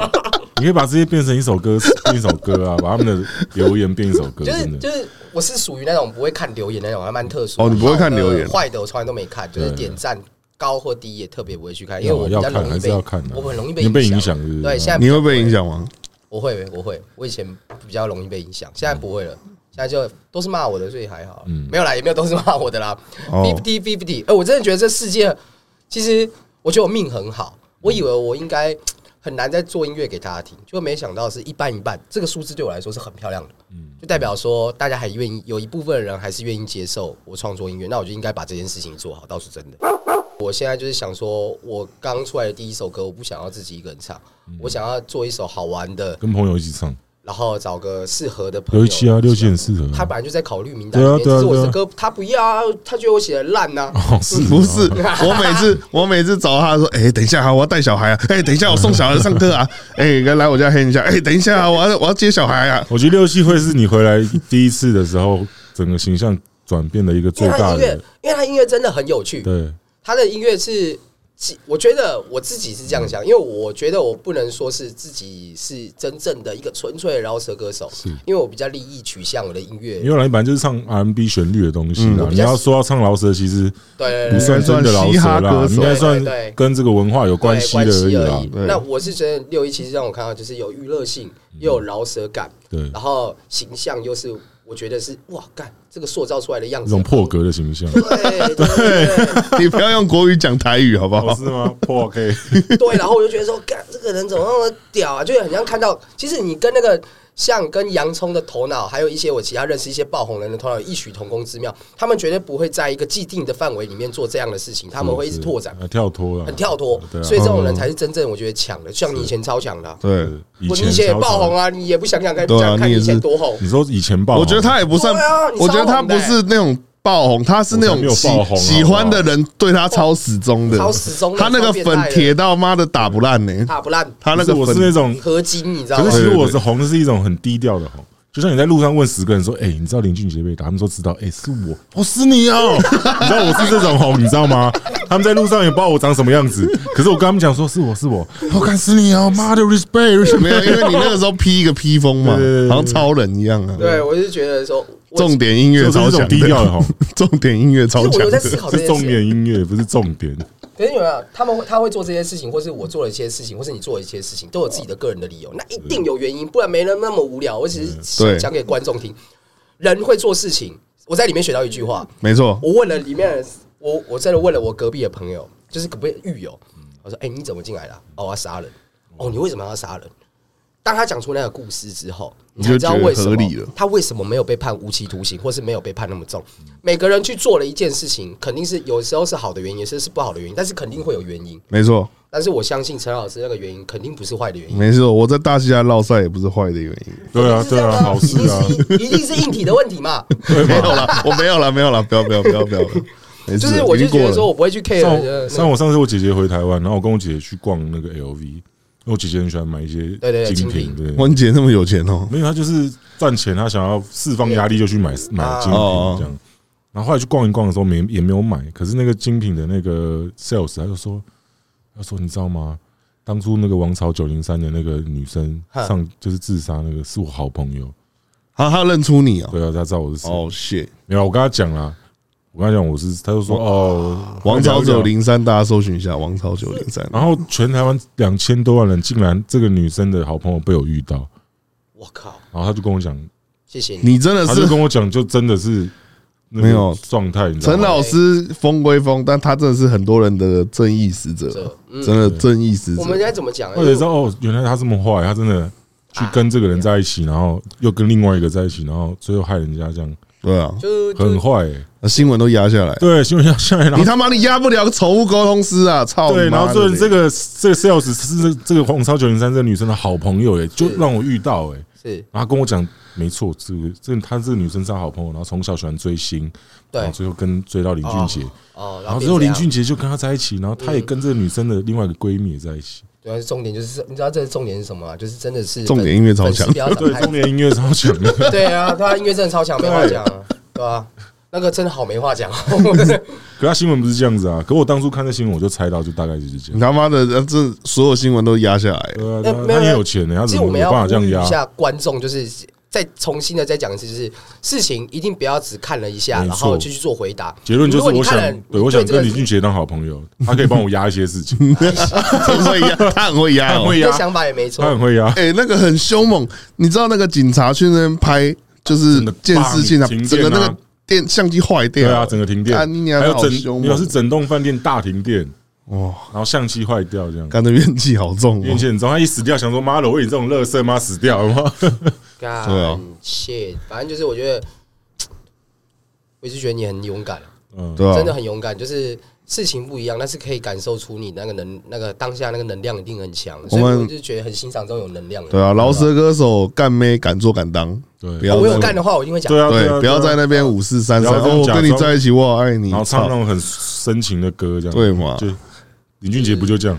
你可以把这些变成一首歌，变一首歌啊，把他们的留言变一首歌，就是真的。就是，我是属于那种不会看留言那种，还蛮特殊的。哦你不会看留言好的坏的我从来都没看，就是点赞高或低也特别不会去看，因为我比啊要较看容还易是被要看啊，我很容易你被影影响是不是啊对，现在比你较会被不影响吗？我会，我会，我以前比较容易被影响，现在不会了，现在就都是骂我的，所以还好。没有啦，也没有都是骂我的啦。哦 fifty fifty，哎、我真的觉得这世界，其实我觉得我命很好，我以为我应该很难再做音乐给大家听，就没想到是一半一半，这个数字对我来说是很漂亮的，就代表说大家还愿意，有一部分人还是愿意接受我创作音乐，那我就应该把这件事情做好，倒是真的。我现在就是想说，我刚出来的第一首歌，我不想要自己一个人唱，我想要做一首好玩的，跟朋友一起唱，然后找个适合的朋友。六七啊，六七很适合啊。他本来就在考虑名单里对啊面，对啊只是我对啊的歌他不要啊，他觉得我写的烂啊呐。哦，是不是，我每次我每次找他说，哎、等一下啊，我要带小孩啊，哎、等一下我送小孩上课啊，哎、来来我家黑一下，哎、等一下啊，我要我要接小孩啊，我觉得六七会是你回来第一次的时候，整个形象转变的一个因最为他大音乐的，因为他音乐真的很有趣，对他的音乐是，是我觉得我自己是这样想，嗯因为我觉得我不能说是自己是真正的一个纯粹的饶舌歌手，因为我比较利益取向，我的音乐因为来本来就是唱 R&B 旋律的东西啦我。嗯比你较要说要唱饶舌，其实对不算真的饶应该舌算嘻哈啦歌，手应该算对对对跟这个文化有关对系的关而系已啊而啦已。。对那我是觉得六一其实让我看到就是有娱乐性，嗯又有饶舌感，对，然后形象又是我觉得是哇，干这个塑造出来的样这子，，种破格的形象 对对对对你不要用国语讲台语好不好？是吗？破 K，对，然后我就觉得说，干这个人怎么那么屌啊？就是很像看到，其实你跟那个像跟洋葱的头脑，还有一些我其他认识一些爆红人的头脑有异曲同工之妙，他们绝对不会在一个既定的范围里面做这样的事情，他们会一直拓展，啊跳脱了，很跳脱，对啊嗯所以这种人才是真正我觉得强的，像你以前超强的啊、 对，以我前你以前也超爆常红，啊，你也不想想看，对啊想看你也以前是多红，你嗯说以前爆红，我觉得他也不算对啊，你我觉得他超红的不欸是那种爆红，他是那我才种没有喜爆红啊喜好不好欢的人对他超死忠的，超死忠的他那个超变态的粉铁到妈的打不烂呢，打不烂，他那可是个我是那粉种，合金，你知道可吗是？其实对对我是红的是一种很低调的红。就像你在路上问十个人说：“哎、你知道林俊杰被打？”他们说知道。哎、是我，哦，是你 哦。你知道我是这种哦红，你知道吗？他们在路上也不知道我长什么样子，可是我跟他们讲说：“是我是我，我看是你哦，妈的，respect。”没有， 因为你那个时候披一个披风嘛对对对，对好像超人一样啊。对，我就觉得说，我重点音乐超就是这强，种低调的吼， 重点音乐超其实强我有在思的。考这是件事重。点音乐，不是重点。可是有没有他们会他会做这些事情，或是我做了一些事情，或是你做了一些哦事情，都有自己的个人的理由，那一定有原因，不然没人那么无聊。我只是想对讲给观众听，人会做事情。我在里面学到一句话，没错，我问了里面的，我我真的问了我隔壁的朋友，就是隔壁的狱友，我说：“哎、你怎么进来的啊、哦，我要杀人。哦，你为什么要杀人？当他讲出那个故事之后，你才就知道觉得为什合理么了他为什么没有被判无期徒刑，或是没有被判那么重。每个人去做了一件事情，肯定是有时候是好的原因，有时候是不好的原因，但是肯定会有原因。没错，但是我相信陈老师那个原因肯定不是坏的原因，没错。我在大西亚落赛也不是坏的原因，对啊，是这对样啊，的好事啊，一定是一定是硬体的问题嘛。对没有吧？啦，我没有啦，没有啦，不要不要不要 不要，没就事是我已就经觉过得说了。我不会去 care 像的我那像个。我上次我姐姐回台湾，然后我跟我姐姐去逛那个 LV，因为我姐姐很喜欢买一些对对对精精品品，对，温姐那么有钱哦，没有，他就是赚钱，他想要释放压力，就去买买精品哦这样。然后后来去逛一逛的时候，没也没有买，可是那个精品的那个 sales 他就说，他说你知道吗？当初那个王朝九零三的那个女生哼上就是自杀那个是我好朋友，他他认出你哦。对啊，他知道我是谁。哦，shit！没有，我跟他讲啦，我跟他讲我是，他就说哦，王朝九零。零三，大家搜寻一下王朝九零三。然后全台湾两千多万人，竟然这个女生的好朋友被我遇到，我靠，然后他就跟我讲，谢谢你。你真的他就是跟我讲，就真的是那个没有状态，你知道陈吗？老师疯归疯，但他真的是很多人的正义使者啊这，嗯真的正义使者我。们该怎么讲？啊我才知道哦，原来他这么坏，他真的去跟这个人在一起，然后又跟另外一个在一起，然后最后害人家这哎样，对啊，就就很坏、欸。新闻都压下来。对，新闻要 下来，然你后他妈你压不了宠物沟通师啊！操你对，然妈后的嘞！这这个这个 sales 是这个黄超九零三这个女生的好朋友、欸，就让我遇到、欸，是然后跟我讲，没错，这个这个她这个女生是她好朋友，然后从小喜欢追星，对然后最后跟追到林俊杰，哦，然后之后林变这样俊杰就跟她在一起，然后她也跟这个女生的另外一个闺蜜也在一起。主要是啊重点就是，你知道这个重点是什么吗？就是真的是重点音乐超强粉丝不要长对，太中年音乐超强的，对啊，对啊，音乐真的超强，没话讲啊，对啊，那个真的好没话讲，啊 我真的可她新闻不是这样子啊。可我当初看这新闻，我就猜到，就大概就是这你他样。妈的，呃这所有新闻都压下来。对啊，哎她没有她也没有有钱呢，她其怎实么我有们办要法呼这样吁一压？下观众，就是再重新的再讲一次，就是事情一定不要只看了一下，没然错后就去做回答。结论就是如果你我想看了，对我想这个跟林俊杰当好朋友，他可以帮我压一些事嗯 情，很会压，他很会压、啊他很哦。会这压嗯个，想法也没他很错，会压。哎、那个很凶猛，你知道那个警察去那边拍，就是真的监视器啊棒停，整个电啊那个电相机坏掉对了，啊，整个停电，干你娘还有好整，凶哦没有是猛，整栋饭店大停电，哇，然后相机坏掉这样。干的怨气好重面哦。前，你知道他一死掉，想说妈的，我以这种乐色妈死掉了吗？干对啊 shit，反正就是我觉得，我一直觉得你很勇敢啊。嗯，对真的啊，很勇敢，就是事情不一样，但是可以感受出你那个能那个当下那个能量一定很强，所以我们我就觉得很欣赏这种有能量的。对啊，饶舌歌手干妹敢做敢当，对不要我再有干的话，我一定会讲。对啊，对，啊，不要在在，那边五四三不三，要这样哦，我假跟你装在一起，我好爱你，然后唱那操种很深情的歌，这样对嘛就林俊杰不就这样？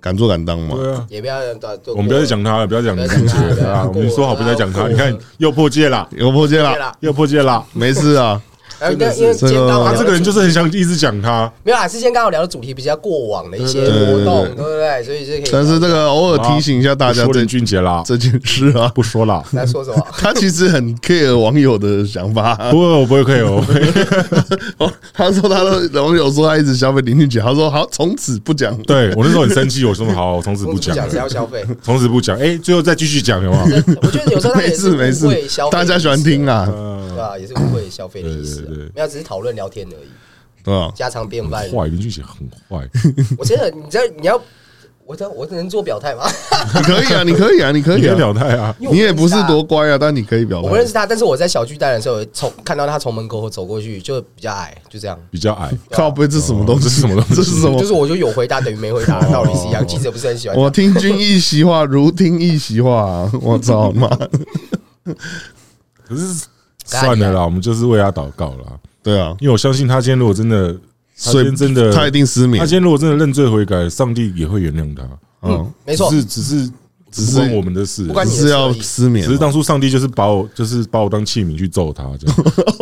敢做敢当嘛。对啊，也不要对我们不要再讲他了，不要再讲林俊杰不要再讲他了了啊！我们说好不再讲他，你看又破戒了，有破戒对了，啦，又破戒了。没事啊，然后因呃为因为今天刚好他聊啊这个人就是很想一直讲他，没有啦，之前刚好聊的主题比较过往的一些对对活对动，对对对不 对？所以就可以。但是这个偶尔提醒一下大家说这林俊杰啦，这件事 啊，不说啦。来说什么？他其实很 care 网友的想 法。哦不会，我不会哦 care，我不会他说他的网友说他一直消费林俊杰，他说好，从此不讲。对我那时候很生气，我说好，我从此 公不司讲讲谁要了，消费？ 从此不讲。哎，最后再继续讲，有没有？我觉得有时候他没们也是事没误会事消，费，大家喜欢听，啊，对嗯，吧？也是误会消费的意思对啊对对，没有只是讨论聊天而已，对吧？家常便饭。坏，林俊杰很坏，我真的，你知道你要，我真的我能做表态吗？你可以啊，你可以啊，你可你以别啊，表态啊。因为我你也不是认识他多乖啊，但你可以表我不认达识。他，但是我在小巨蛋的时候，从看到他从门口走过去，就比较矮，就这样。比较矮，靠背，这是什么东西？这是什么东西这是什么就？是我就有回答等于没回答，道理是一样。记者不是很喜欢我听君一席话，如听一席话、啊，我操妈！可是算了啦，我们就是为他祷告啦。对啊，因为我相信他今天如果真的，他今所以天真的，他一定失眠他今。天如果真的认罪悔改，上帝也会原谅他。嗯，没错只，是只是只是是关我们的事，不关你只是要失眠只是。当初上帝就是把我就是把我当器皿去揍他，这样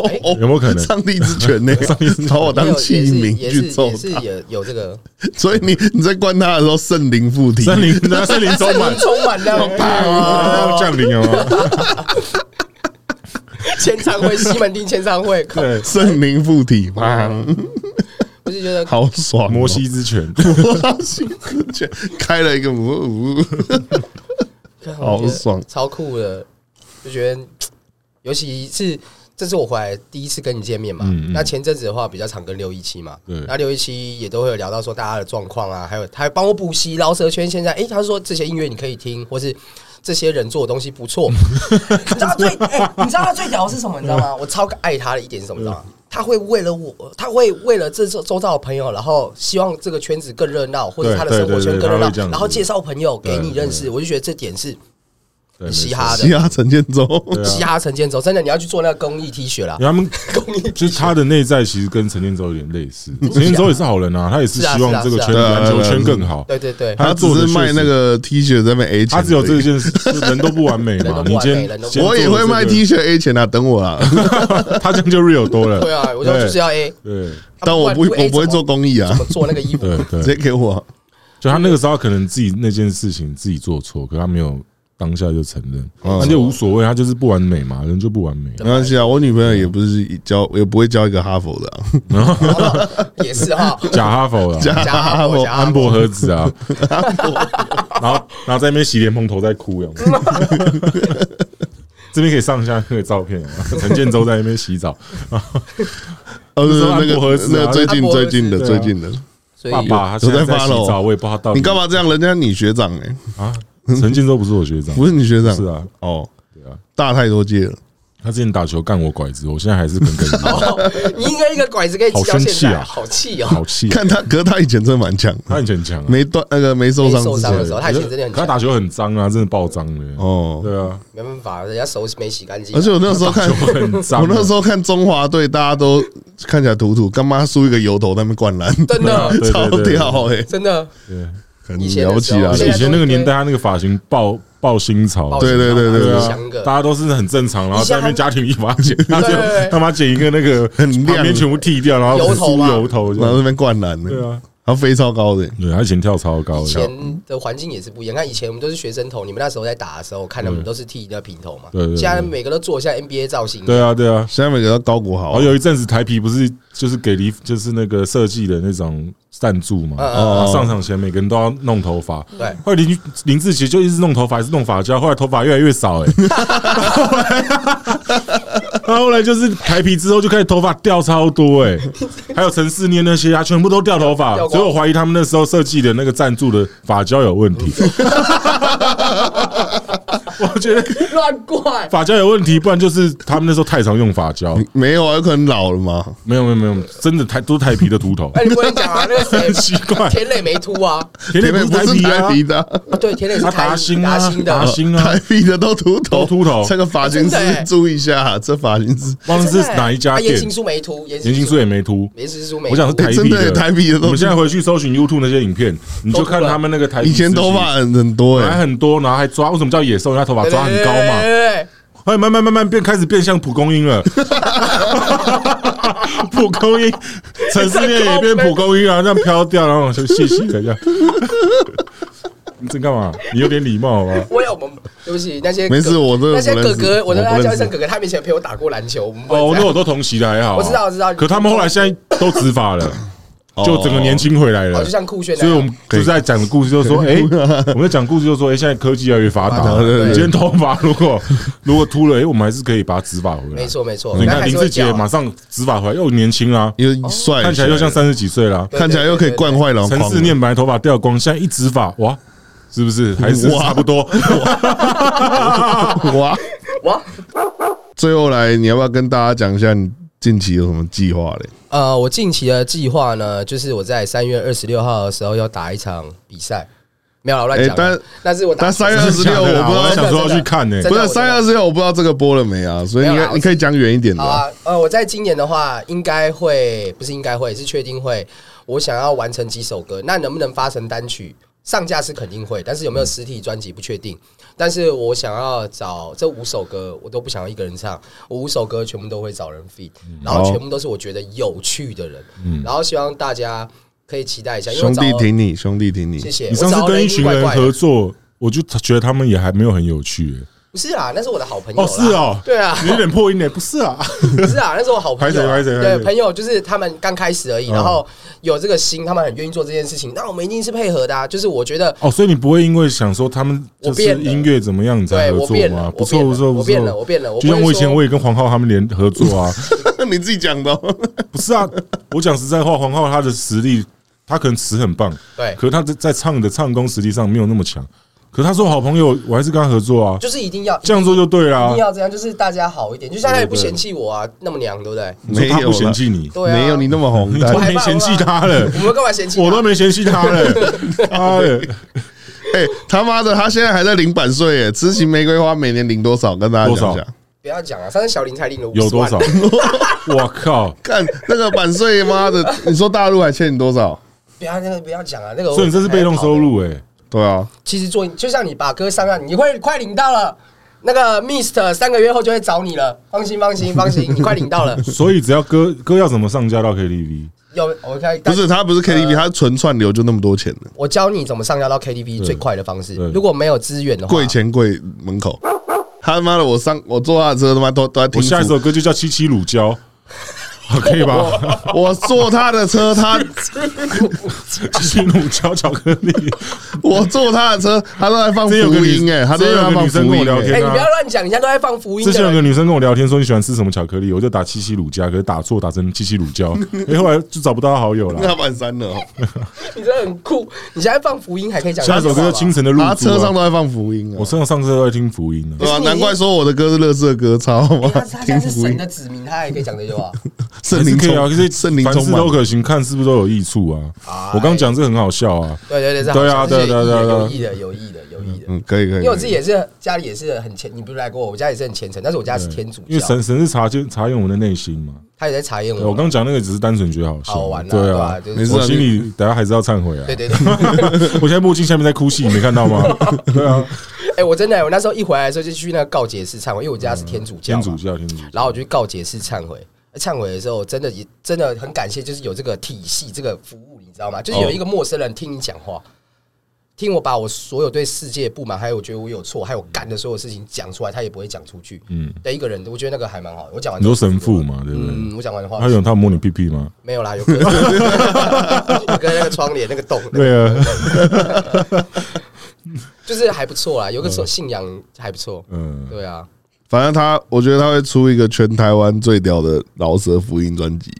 哎 哦有没有可能？上帝之权呢、上帝之权把我当器皿也去是揍也是他，也有这个所以你你在关他的时候，圣灵附体，森林，那森林充满充满啊了降临哦，签唱会，西门町签唱会，靠对， 圣灵附体，哇，不是觉得好爽、哦摩，西之拳，摩西之权开了一个呜呜，好爽超酷的，就觉得尤其是这是我回来第一次跟你见面嘛。嗯嗯那前阵子的话，比较常跟六一七嘛，对那六一七也都会有聊到说大家的状况啊，还有他还帮我补习饶舌圈。现在，诶，他说这些音乐你可以听，或是。这些人做的东西 不错，你知道他最哎、你知道他最屌的是什么？你知道嗯吗？我超爱他的一点是什么？你知道吗？他会为了我，他会为了这周周遭的朋友，然后希望这个圈子更热闹，或者对他的生活圈对对对更热他闹会这，样子然后介绍朋友给你对认识，我就觉得这点是对没错 嘻哈的西哈陈建州，对嘻啊，哈陈建州，真的你要去做那个公益 T 恤啦因为，他 们公益 T 就是恤。他的内在其实跟陈建州有点类 似，陈建州也是好人啊，他也是是啊希望这个圈是啊是啊篮球圈更好，对对对，他只是卖那个 T 恤在那边 A 钱，他只有这。件事，就是人都不完美人嘛都，不你完今美天人都不今天我也做了会卖这个 T 恤 A 钱啊，等我啊，他这样就 real 多了， 对啊，我就就是要 A，对 但我不啊然我不会怎么做公益啊怎，么做那个 衣服， 对对直接给我啊。就他那个时候可能自己那件事情自己做错，可他没有当下就承认，嗯那就无所谓，他就是不完美嘛，人就不完 美。没关系啊，我女朋友也不是教，也不会教一个哈佛的、啊，好不好也是哈，假哈佛啦，加加哈哈佛佛加安博盒子 啊，然后然后在那边洗脸蓬头在哭呀。 这边可以上一下那个照片，有没有陈建州在那边洗澡，哦，那是时候那安博盒个子啊那个最近安博盒最子近的对啊最近的，所以爸爸他现在在有洗在 follow 澡，我也不知道他到底你干嘛这样？人家你学长哎、啊？陈建州不是我学长，不是你学长，是啊，哦，对啊，大太多届了，他之前打球干我拐子，我现在还是耿耿 于怀，哦你应该一个拐子可以骑到现在，好好气哦！好气啊。看他，可是他以前真的蛮强的，他以前很强啊，没断那个没受没伤受之伤的前时候，他以前真的很可他强，打球很脏啊，真的爆脏的。哦。对啊，没办法，人家手没洗干净啊。而且我那时候看，球很脏啊。我那时候看中华队，大家都看起来土土，干妈输一个油头在那边灌篮，真的 对超屌哎，真的，对，很以前的了不起时候啊而！且现以在前那个年代，他那个发型爆爆新潮，爆对对对对对啊香个，大家都是很正常，然后在那边家庭一把剪，他对对对就他妈剪一个那个很亮的旁边全部剃掉，然后油头梳嘛油头这然后在样。那边灌篮对呢，啊，他飞超高的，对，他以前跳超高以的，前的环境也是不一样。看以前我们都是学生头，你们那时候在打的时候，看他们对都是剃那平头嘛。对对对现在每个都做像 NBA 造型。对啊，对啊。现在每个都高哦国豪然后，有一阵子台皮不是就是给离就是那个设计的那种赞助嘛，嗯嗯嗯然后上场前每个人都要弄头发，对，后来林林志杰就一直弄头发，还是弄发胶，后来头发越来越少、 欸，哎，后来就是台皮之后就开始头发掉超多、欸，哎，还有陈世念那些啊，全部都掉头发掉，光所以我怀疑他们那时候设计的那个赞助的发胶有问 题，我觉得乱怪。发胶有问题，不然就是他们那时候太常用发胶，没有啊，有可能老了嘛，没有没有没有，真的台都是台皮的秃头，哎，你不能讲啊，那个谁 很，奇怪，田磊没秃啊？田前磊面哎不不是是台台皮皮啊，的啊，啊，对，田磊是他台达兴啊达兴达的，兴啊台。皮的都秃头，都秃头这个发型真的欸师注意一下，这发型师忘了是真的欸哪一家啊店严，行书没秃，严年轻数也没秃，严行书没秃。我想是欸台真币的欸台币的我都们现在回去搜寻 YouTube 那些影片，你就看他们那个台币以前头发很很多本来哎，很多，然后还抓，为什么叫野兽？因为他头发对抓很高对对嘛，对对对后来慢慢慢慢变开始变像蒲公英了。蒲公英，陈思念也变蒲公英啊，这样飘掉，然后就细细的这样。你这干嘛？你有点礼貌好吧？我有我们，对不起，那些没事哥我真的那些不哥认识哥，我跟我他不叫认识一声哥哥，他们以前陪我打过篮球，我们不会哦，这那样我都同席的还好啊。我知道我知道可他们后来现在都执法了，哦就整个年轻回来了哦，就。像酷炫那所以样，我们就是在讲故事，就说，哎，我们在讲故事就说，哎，现在科技越来越发达发达对对，对今天头发如果 如果秃了，哎，我们还是可以把它执法回来哦没。错没错，你那看还林是会啊志杰叫马上执法回来，又年轻啊，又帅，看起来又像，三十几岁啦。对看起来又可以惯坏老陈黄四。念白头发掉光，现在一直发哇，是不是还是哇差不多？ 哇！哇。最后来，你要不要跟大家讲一下你近期有什么计划嘞？呃，我近期的计划呢，就是我在三月二十六号的时候要打一场比赛，没有啦我乱哎讲的、但但是我打但3月26真的假的我啊不知道我还想说要去看呢真。的不是我三月二十六，我不知道这个播了没啊，所以你没有可啦以你可以讲远一点的好啊。啊，呃，我在今年的话，应该会不是应该会是确定会，我想要完成几首歌，那能不能发成单曲？上架是肯定会，但是有没有实体专辑不确定。但是我想要找这五首歌，我都不想要一个人唱，我五首歌全部都会找人 feed，嗯然后全部都是我觉得有趣的人，然后希望大家可以期待一下，因为我兄弟找挺你，兄弟挺你谢，谢。你上次我找跟雷一尼群怪人怪的合作，我就觉得他们也还没有很有趣耶。不是啦，那是我的好朋友哦，啦。是哦，对啊，你有点破音呢，不是啊？不是啊，那是我好朋友啊。拍谁拍谁拍对谁朋友就是他们刚开始而已，嗯然后有这个心，他们很愿意做这件事情，那我们一定是配合的啊。就是我觉得哦，所以你不会因为想说他们就是音乐怎么样你才对合我作变了吗？，我不错变不了，错不我变了，我错。变了。我就像不我会以前说我也跟黄浩他们联合作啊， 你自己讲的哦。不是啊，我讲实在话，黄浩他的实力，他可能词很棒，对，可是他在在唱的唱功实力上没有那么强。可是他说好朋友，我还是跟他合作啊，就是一定要这样做就对一啦定。要这样，就是大家好一点，就像他也对不对嫌弃我啊，那么娘，对不对？你说他不嫌弃你，哦对啊，没有你那么 红，你但都没嫌弃他了我，啊们干嘛嫌弃他？我都没嫌弃他 了。妈的，哎、他妈的，他现在还在领版税耶！痴情玫瑰花每年领多少？跟大家讲多一少下，不要讲啊，上次小林才领了50有多万 少？我靠！看那个版税，妈的，你说大陆还欠你多少？不要那个不要讲啊，那个我所以你这是被动收。入哎，对啊，其实做就像你把歌上岸，你会快领到了。那个 Mist 三个月后就会找你了，放心放心放心，你快 领到了。所以只要歌歌要怎么上架 到 KTV，有我可以不是他不是 KTV，呃啊他纯串流就那么多钱的，我教你怎么上架到 KTV 对最快的方式对。如果没有资源的话，跪钱跪门口。他妈的，我上我坐他的车，他妈都都在听我下一主。首歌就叫《七七乳胶》，可以吧？ 我坐他的车，他七七乳胶巧克力，我坐他的车，他都在放福真有个女音哎，他都真有在个放女生福跟我音聊哎天哎、你不要乱讲，人家都在放福音之前有的。个女生跟我聊天说你喜欢吃什么巧克力，我就打七七乳加，可是打错打成七七乳 胶，哎，后来就找不到好友那了。他满三了哎哦，你真的很酷，你现在放福音还可以讲这下种一话首吗。歌就《清晨的露珠他》车上啊，都在放福音啊我，上上车都在听福音呢。对吧、啊可是你难怪说我的歌是乐色歌，操哎他吗？他听现在是 福神音，的子民，他还可以讲这 句话。圣还是灵可以啊，可充，是圣灵凡充事满都。可行，看是不是都有益处啊？哎我刚讲这很好笑啊，对对对，这好对啊这是对啊对啊对啊有意义的，有意义的，有意义的。嗯，可以可以。因为我自己也是家里也是很虔，你不是来过我，我家也是很虔诚，但是我家是天主因为教，神神是察见察验我们的内心嘛。他也在查验对我我。刚讲那个只是单纯觉得好笑，好玩啊，对吧？啊。就没事是啊我心里等下还是要忏悔啊！对对对， 我现在墨镜下面在哭泣，你没看到吗？对啊，哎，我真的，我那时候一回来的时候就去那个告解室忏悔，因为我家是天主教天嘛，主教，天主教，然后我就去告解室忏悔。忏悔的时候，真的也真的很感谢，就是有这个体系、这个服务，你知道吗？就是有一个陌生人听你讲话，听我把我所有对世界不满，还有我觉得我有错，还有我干的所有事情讲出来，他也不会讲出去。嗯，的一个人，我觉得那个还蛮好的。我讲完你之后说神父，嘛，对不对？嗯，我讲完的话他有他有摸你屁屁吗？没有啦，有个 有个那个窗帘那个洞，对啊，就是还不错啦，有个所信仰还不错。嗯，对啊，反正他，我觉得他会出一个全台湾最屌的饶舌福音专辑。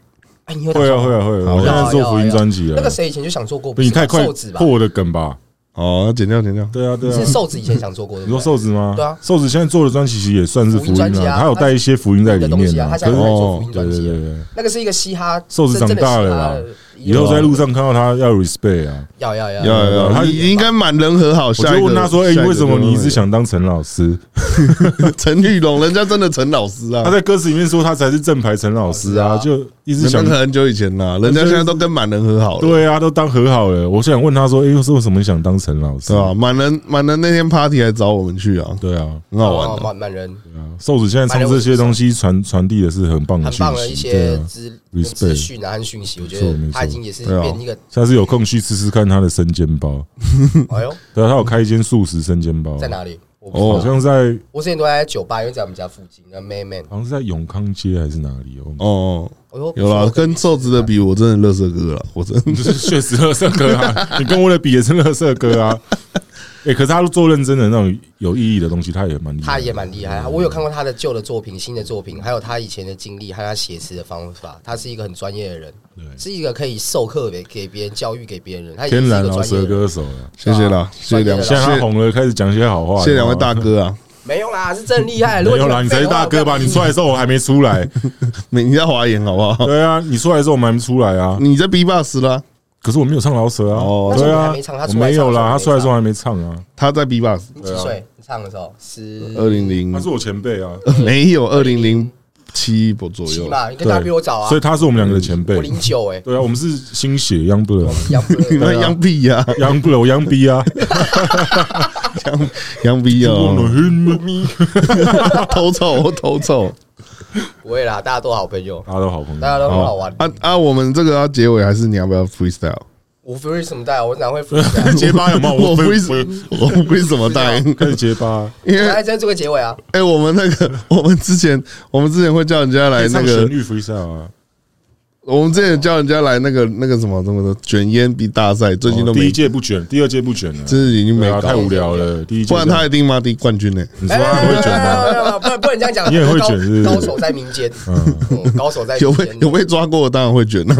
哎，你有打会啊算会吗啊会啊！好我现要在啊做要啊福音要啊专辑那了个，谁以前就想做过，不你是太吗快瘦子吧破？我的梗吧？哦，要剪掉剪掉。对啊对啊是，瘦子以前想做过的。你说瘦子吗？对啊瘦子现在做的专辑其实也算是福福音音专辑啊，啊他有带一些福音在里他的东西面啊他可现是在在做哦福，音对专辑对啊对对，那个是一个嘻哈瘦子真长正的大嘻了哈啦的，以后在路上看到他要 respect 啊。要要要要要，他他应该满人和好。我下一就个问他说：“下哎、一个为什么你一直就想当陈老师 陈玉龙？人家真的陈老师他啊，在歌词里面说他才是正牌陈老师啊，老师啊就一一直那想个很久以前啦，人家现在都跟满人和好了，对啊，都当和好了。我想问他说，哎、是为什么你想当陈老师？是啊吧？满人满人那天 party 还找我们去啊，对啊，很好玩哦的。满满人，瘦子现在唱这些东西传传递的是很棒的很讯棒的一息，对些啊。资 respect 资讯啊和讯息，我没觉得错没错他已经也是对啊变一个，下次有空去吃吃看他的生煎包，哎呦，对啊，他有开一间素食生煎包，在？哪里？我不知哦，好道，像在我之前都在酒吧，因为在我们家附近。那 Man Man，好像是在永康街还是哪里哦。哦，哎呦，有啦，跟瘦子的比，我真的乐色哥了，我真的就是确实乐色哥啊，你跟我的比也是乐色哥啊。哎，可是他做认真的那种有意义的东西，他也蛮厉害的他也蛮厉害。我有看过他的旧的作品、新的作品，还有他以前的经历和他写词的方法。他是一个很专业的人，是一个可以授课给给别人、教育给别人，他也是天一然个饶专业舌的人。歌手了。 谢谢啊啦，谢谢两位，对啊谢现在他谢红了，开始讲一些好话。谢谢两位你知道大吗哥啊， 没有啦，是真厉害。如没果有啦，们你才是废话大哥吧？你出来的时候我还没出来。你你在华研好不好？ 对啊，你出来的时候我们还没出来啊。你在 B box 啦，可是我没有唱老舍啊。哦对那时候你还啊没唱他，我出来的没时候有啦，还没他唱出来的时候还没唱啊。他在 B box，你几岁？你唱的时候十二零零他是我前辈啊， 没有二零零七不左七右，嘛，你跟他比我早啊所以，他是我们两个的前辈我。零九哎，对啊，我们是新血 Young Blood 啊一样不你 能那杨碧呀， Young Blood Young B 啊。杨杨碧呀， 偷臭偷 臭不会啦，大家都好朋友， 大家都好朋大家友。都很好玩。啊啊！我们这个要结尾还是你要不要 freestyle？我 free 什么带啊？我哪会 free？结巴有没 有？我我 free 我我 free 什么带？ 开始结 巴，啊因为来，再做个结尾啊！哎、我们那 个，我们之前，我们之前会叫人家来哎来哎那唱个旋，律 freestyle 啊。我们之前叫人家来那个那个什么什么的卷烟比大赛，最近都第没一，届不卷，第二届不卷了，真是已经没哦对啊，搞太无聊了。第一届不然他一定妈的冠军呢、你说他会卷吗？吗？不不能这样讲，啊你也会卷是不是高高手在民间，嗯高手在有民被间。有被抓过，当然会卷了、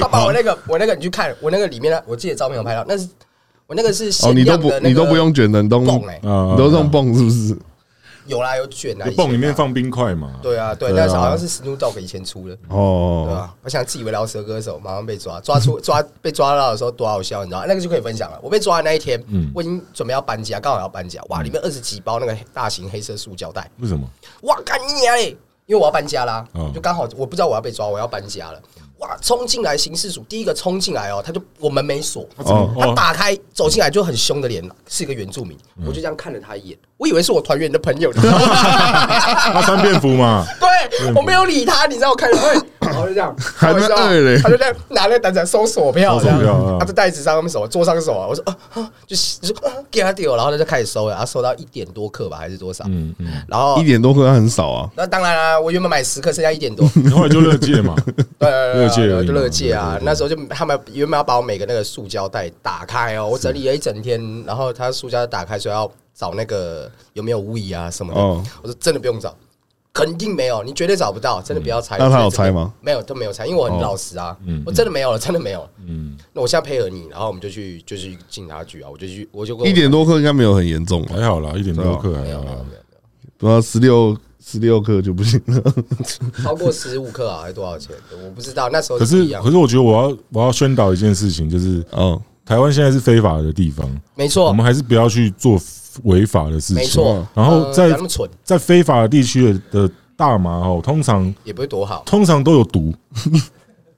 他把我那个我那个你去看我那个里面的，啊我自己的照片有拍到，那是我那个是哦，限你都量的不那个你都不用卷冷冻，泵哎，啊你都用泵是不是？有啦有卷啊，以前啊泵里面。放冰块嘛？对啊，对，那是好像是 Snoop Dogg 以前出的，对哦，吧？我想自以为饶舌歌手，马上被抓，抓出抓被抓到的时候多好笑，你知道吗？那个就可以分享了。我被抓的那一天，嗯我已经准备要搬家，刚好要搬家，哇，里面二十几包那个大型黑色塑胶袋，为什么？哇，干你娘嘞！因为我要搬家啦，哦嗯就刚好我不知道我要被抓，我要搬家了。哇，冲进来刑事组第一个冲进来哦，他就我门没锁，哦嗯他打开走进来就很凶的脸，是一个原住民，我就这样看了他一眼，我以为是我团员的朋友，你知道 吗他穿便服嘛？嗯对我没有理他，你知道我看了，哎然后就这样，还没饿嘞他就在拿那个单子来收锁票，收这锁票样啊他在袋子上面手，桌上手啊，我说啊啊，就是就说啊给他丢，然后他就开始收了，他收到一点多克吧，还是多少？嗯嗯，然后一点多克很少啊，那当然啦、我原本买十克，剩下一点多，你后来就乐界 嘛？对对对乐界而已对嘛就乐界啊对对。对那时候就他们原本要把我每个那个塑胶袋打开哦，我整理了一整天，然后他塑胶袋打开说要找那个有没有物业啊什么的，哦我说真的不用找。肯定没有，你绝对找不到，真的不要猜。那他有猜猜吗？没有，都没有猜，因为我很老实啊。我真的没有了，真的没有了。嗯，那我现在配合你，然后我们就去，就去警察局啊，我就去，我就跟我一点多克应该没有很严重吧？还好啦，一点多克没还有好啊没有啦。没有没不要十六十六克就不行 了。有，超过十五克啊，还多少钱？我不知道，那时候可不是一样可是，我觉得我要我要宣导一件事情，就是哦，台湾现在是非法的地方，没我错们，还是不要去做违法的事没情。错。然后呃在不要那么蠢，在非法的地区的的大麻哦，通常也不会多好。通常都有 毒，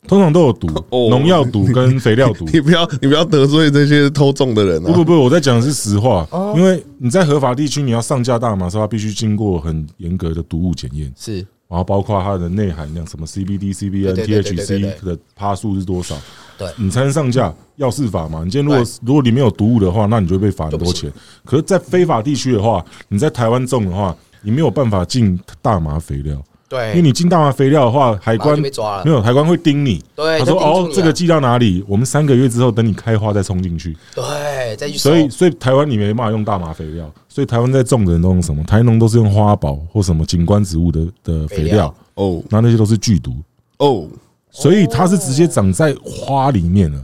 通常都有毒，哦农药毒跟肥料毒。你不要你不要得罪这些偷种的人不啊不！不，我在讲的是实话，哦因为你在合法地区，你要上架大麻的时候，它必须经过很严格的毒物检验，是然后包括它的内含量，什么 CBD、CBN、对对对对对 THC 的趴数是多少，对你才能上架。药事法嘛，你今天如果对如果里面有毒物的话，那你就会被罚很多钱。可是，在非法地区的话，你在台湾种的话，你没有办法进大麻肥料，对，因为你进大麻肥料的话，海马上关就被抓了没有海关会盯你。对他说他盯住哦你，啊这个寄到哪里？我们三个月之后等你开花再冲进去。对再去收所以，所以台湾你没办法用大麻肥料，所以台湾在种的人都用什么？台农都是用花宝或什么景观植物的的肥肥料料，哦那那些都是剧毒，哦，所以它是直接长在花里面了。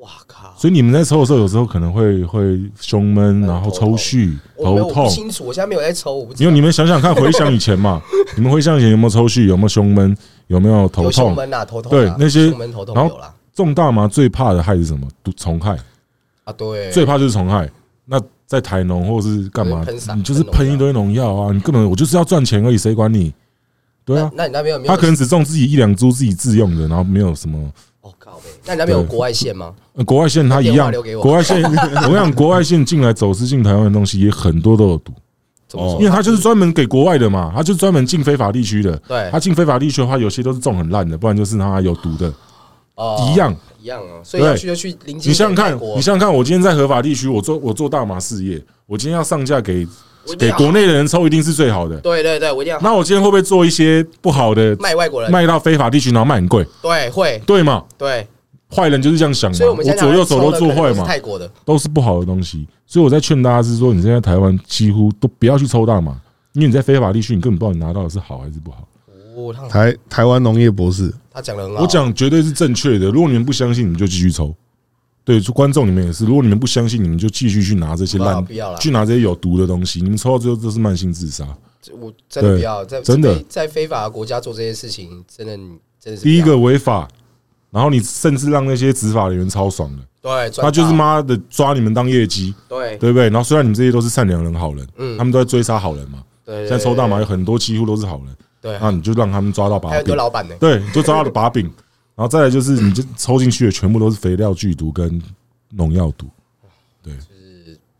哇靠！所以你们在抽的时候，有时候可能会会胸闷，然后抽搐、我没有头我不痛。清楚，我现在没有在抽，我不知因道为你们想想看，回想以前 嘛，你们回想以前有没有抽搐，有没有胸闷，有没有头有胸痛？闷啊，头痛对啊那些胸闷头痛然后有啦种大麻最怕的害是什么？毒虫害。啊，对，最怕就是虫害。那在台农或是干嘛就是喷洒，你就是喷一堆农药啊！你根本我就是要赚钱而已，谁管你？对啊，那你那边有没有？他可能只种自己一两株自己自用的，然后没有什么。我哦靠呗，那你那边有国外线吗？呃国外线他一电话样留给，我国外线 我跟你讲，国外线进来走私进台湾的东西也很多都有毒，怎么因说？为他就是专门给国外的嘛，他就是专门进非法地区的。对他进非法地区的话，有些都是种很烂的，不然就是他有毒的，哦一样。一样啊，所以要去就去邻近你想想看，美国你想想看，我今天在合法地区，我做我做大麻事业，我今天要上架给我一定给要国内的人抽，一定是最好的。对对对，我一定要那我今天会不会做一些不好的，卖外国人，卖到非法地区，然后卖很贵，对会对嘛？对，坏人就是这样想嘛，所以我们现在左右手拿来抽都的做可能坏是嘛，泰国的都是不好的东西。所以我在劝大家是说，你现在台湾几乎都不要去抽大麻，因为你在非法地区，你根本不知道你拿到的是好还是不好。哦，他台台湾农业博士，他讲的很好，我讲绝对是正确的，如果你们不相信，你们就继续抽。对，就观众你们也是，如果你们不相信，你们就继续去拿这些不要烂不要啦，去拿这些有毒的东西，你们抽到最后都是慢性自杀。我真的对不要在真的在非法的国家做这些事情，真的你真的是不第一要个违法，然后你甚至让那些执法人员超爽的，对，赚他就是到妈的抓你们当业绩，对对不对？然后虽然你们这些都是善良人、好人，嗯他们都在追杀好人嘛，对，现在抽大啊麻有对很多几乎都是好人，对，那你就让他们抓到把还有柄丢，老板呢，对，你就抓到把柄，然后再来就是你就抽进去的全部都是肥料剧毒跟农药毒，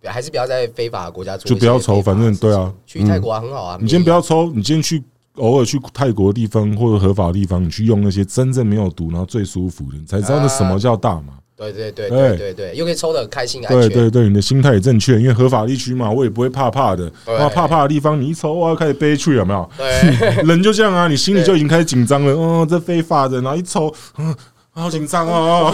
还是不要在非法的国家做，就不要抽反正对啊，去泰国啊很好啊，你今天不要要抽，你今天去偶尔去泰国的地方或者合法的地方，你去用那些真正没有毒，然后最舒服的，你才知道那什么叫大麻。对对对对对对对，又可以抽的很开心安哎对全，对对，你的心态也正确，因为合法地区嘛，我也不会怕怕的。对哇，怕怕的地方，你一抽哇，开始悲去有没有？对人就这样啊，你心里就已经开始紧张了。哦，这非法的，然后一抽，嗯，好紧张哦，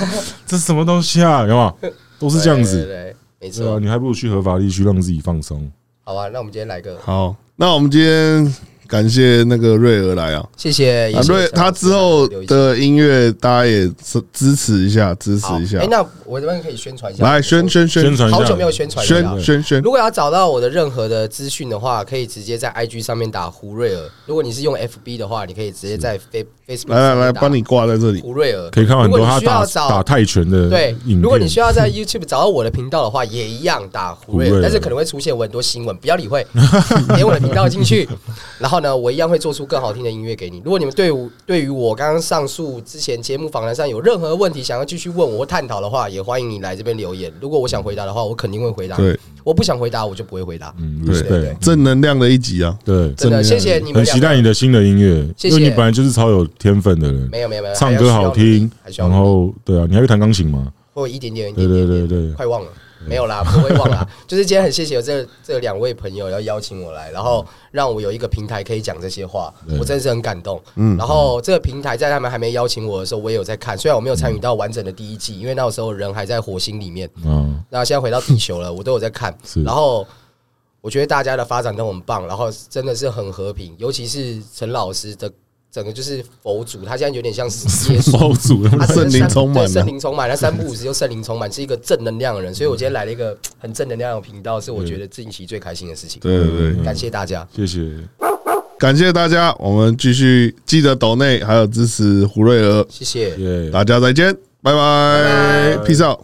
这是什么东西啊？有没有？都是这样对子，对，对没对啊，错。你还不如去合法地区让自己放松。好啊，那我们今天来个，好，那我们今天感谢那个瑞儿来啊，谢谢啊也，谢瑞谢他之后留一下的音乐大家也支支持一下，支持好一下哎，，那我这边可以宣传一下，来宣宣宣宣传一下，好久没有宣啊传一下宣了。宣宣如，果要找到我的任何的资讯的话，可以直接在 IG 上面打胡瑞尔。如果你是用 FB 的话，你可以直接在 Fa- Facebook 来来上面来，打帮你挂在这里。胡瑞尔。可以看到很多如果他你需要打找打泰拳的对，影如果你需片。要在 YouTube 找到我的频道的话，也一样打胡瑞胡瑞尔，尔但是可能会出现我很多新闻，不要理会， 点我的频道进去，然后呢，我一样会做出更好听的音乐给你。如果你们对我对于我刚刚上述之前节目访谈上有任何问题想要继续问我或探讨的话，也欢迎你来这边留言。如果我想回答的话，我肯定会回答；对我不想回答，我就不会回答。嗯，对对对对正能量的一集啊，对，正真的，面谢谢你们很两期个。待你的新的音乐，谢因为你谢本来就是超有天分的人，没有没有没有，唱歌好听还，需要然努力后对啊，你还会弹钢琴吗？会有一点点，一对点点对点对对，快忘了，没有啦，不会忘啦。 就是今天很谢谢有这这两位朋友要邀请我来，然后让我有一个平台可以讲这些话，嗯对我真的是很感动。嗯，然后这个平台在他们还没邀请我的时候，我也有嗯在看，虽然我没有参与到完整的第一季，因为那时候人还在火星里面， 啊，那现在回到地球了，我都有在看是。然后我觉得大家的发展都很棒，然后真的是很和平，尤其是陈老师的整个就是佛祖，他现在有点像耶稣。 包组 他真圣的灵三充满啊对了圣灵充满，他三不五时就圣灵充满，是一个正能量的人。所以我今天来了一个很正能量的频道，是我觉得近期最开心的事情。对对嗯对，感谢大家，谢谢，感谢大家，我们继续记得抖内还有支持胡瑞儿，谢谢。耶。大家再见，拜拜拜，peace out。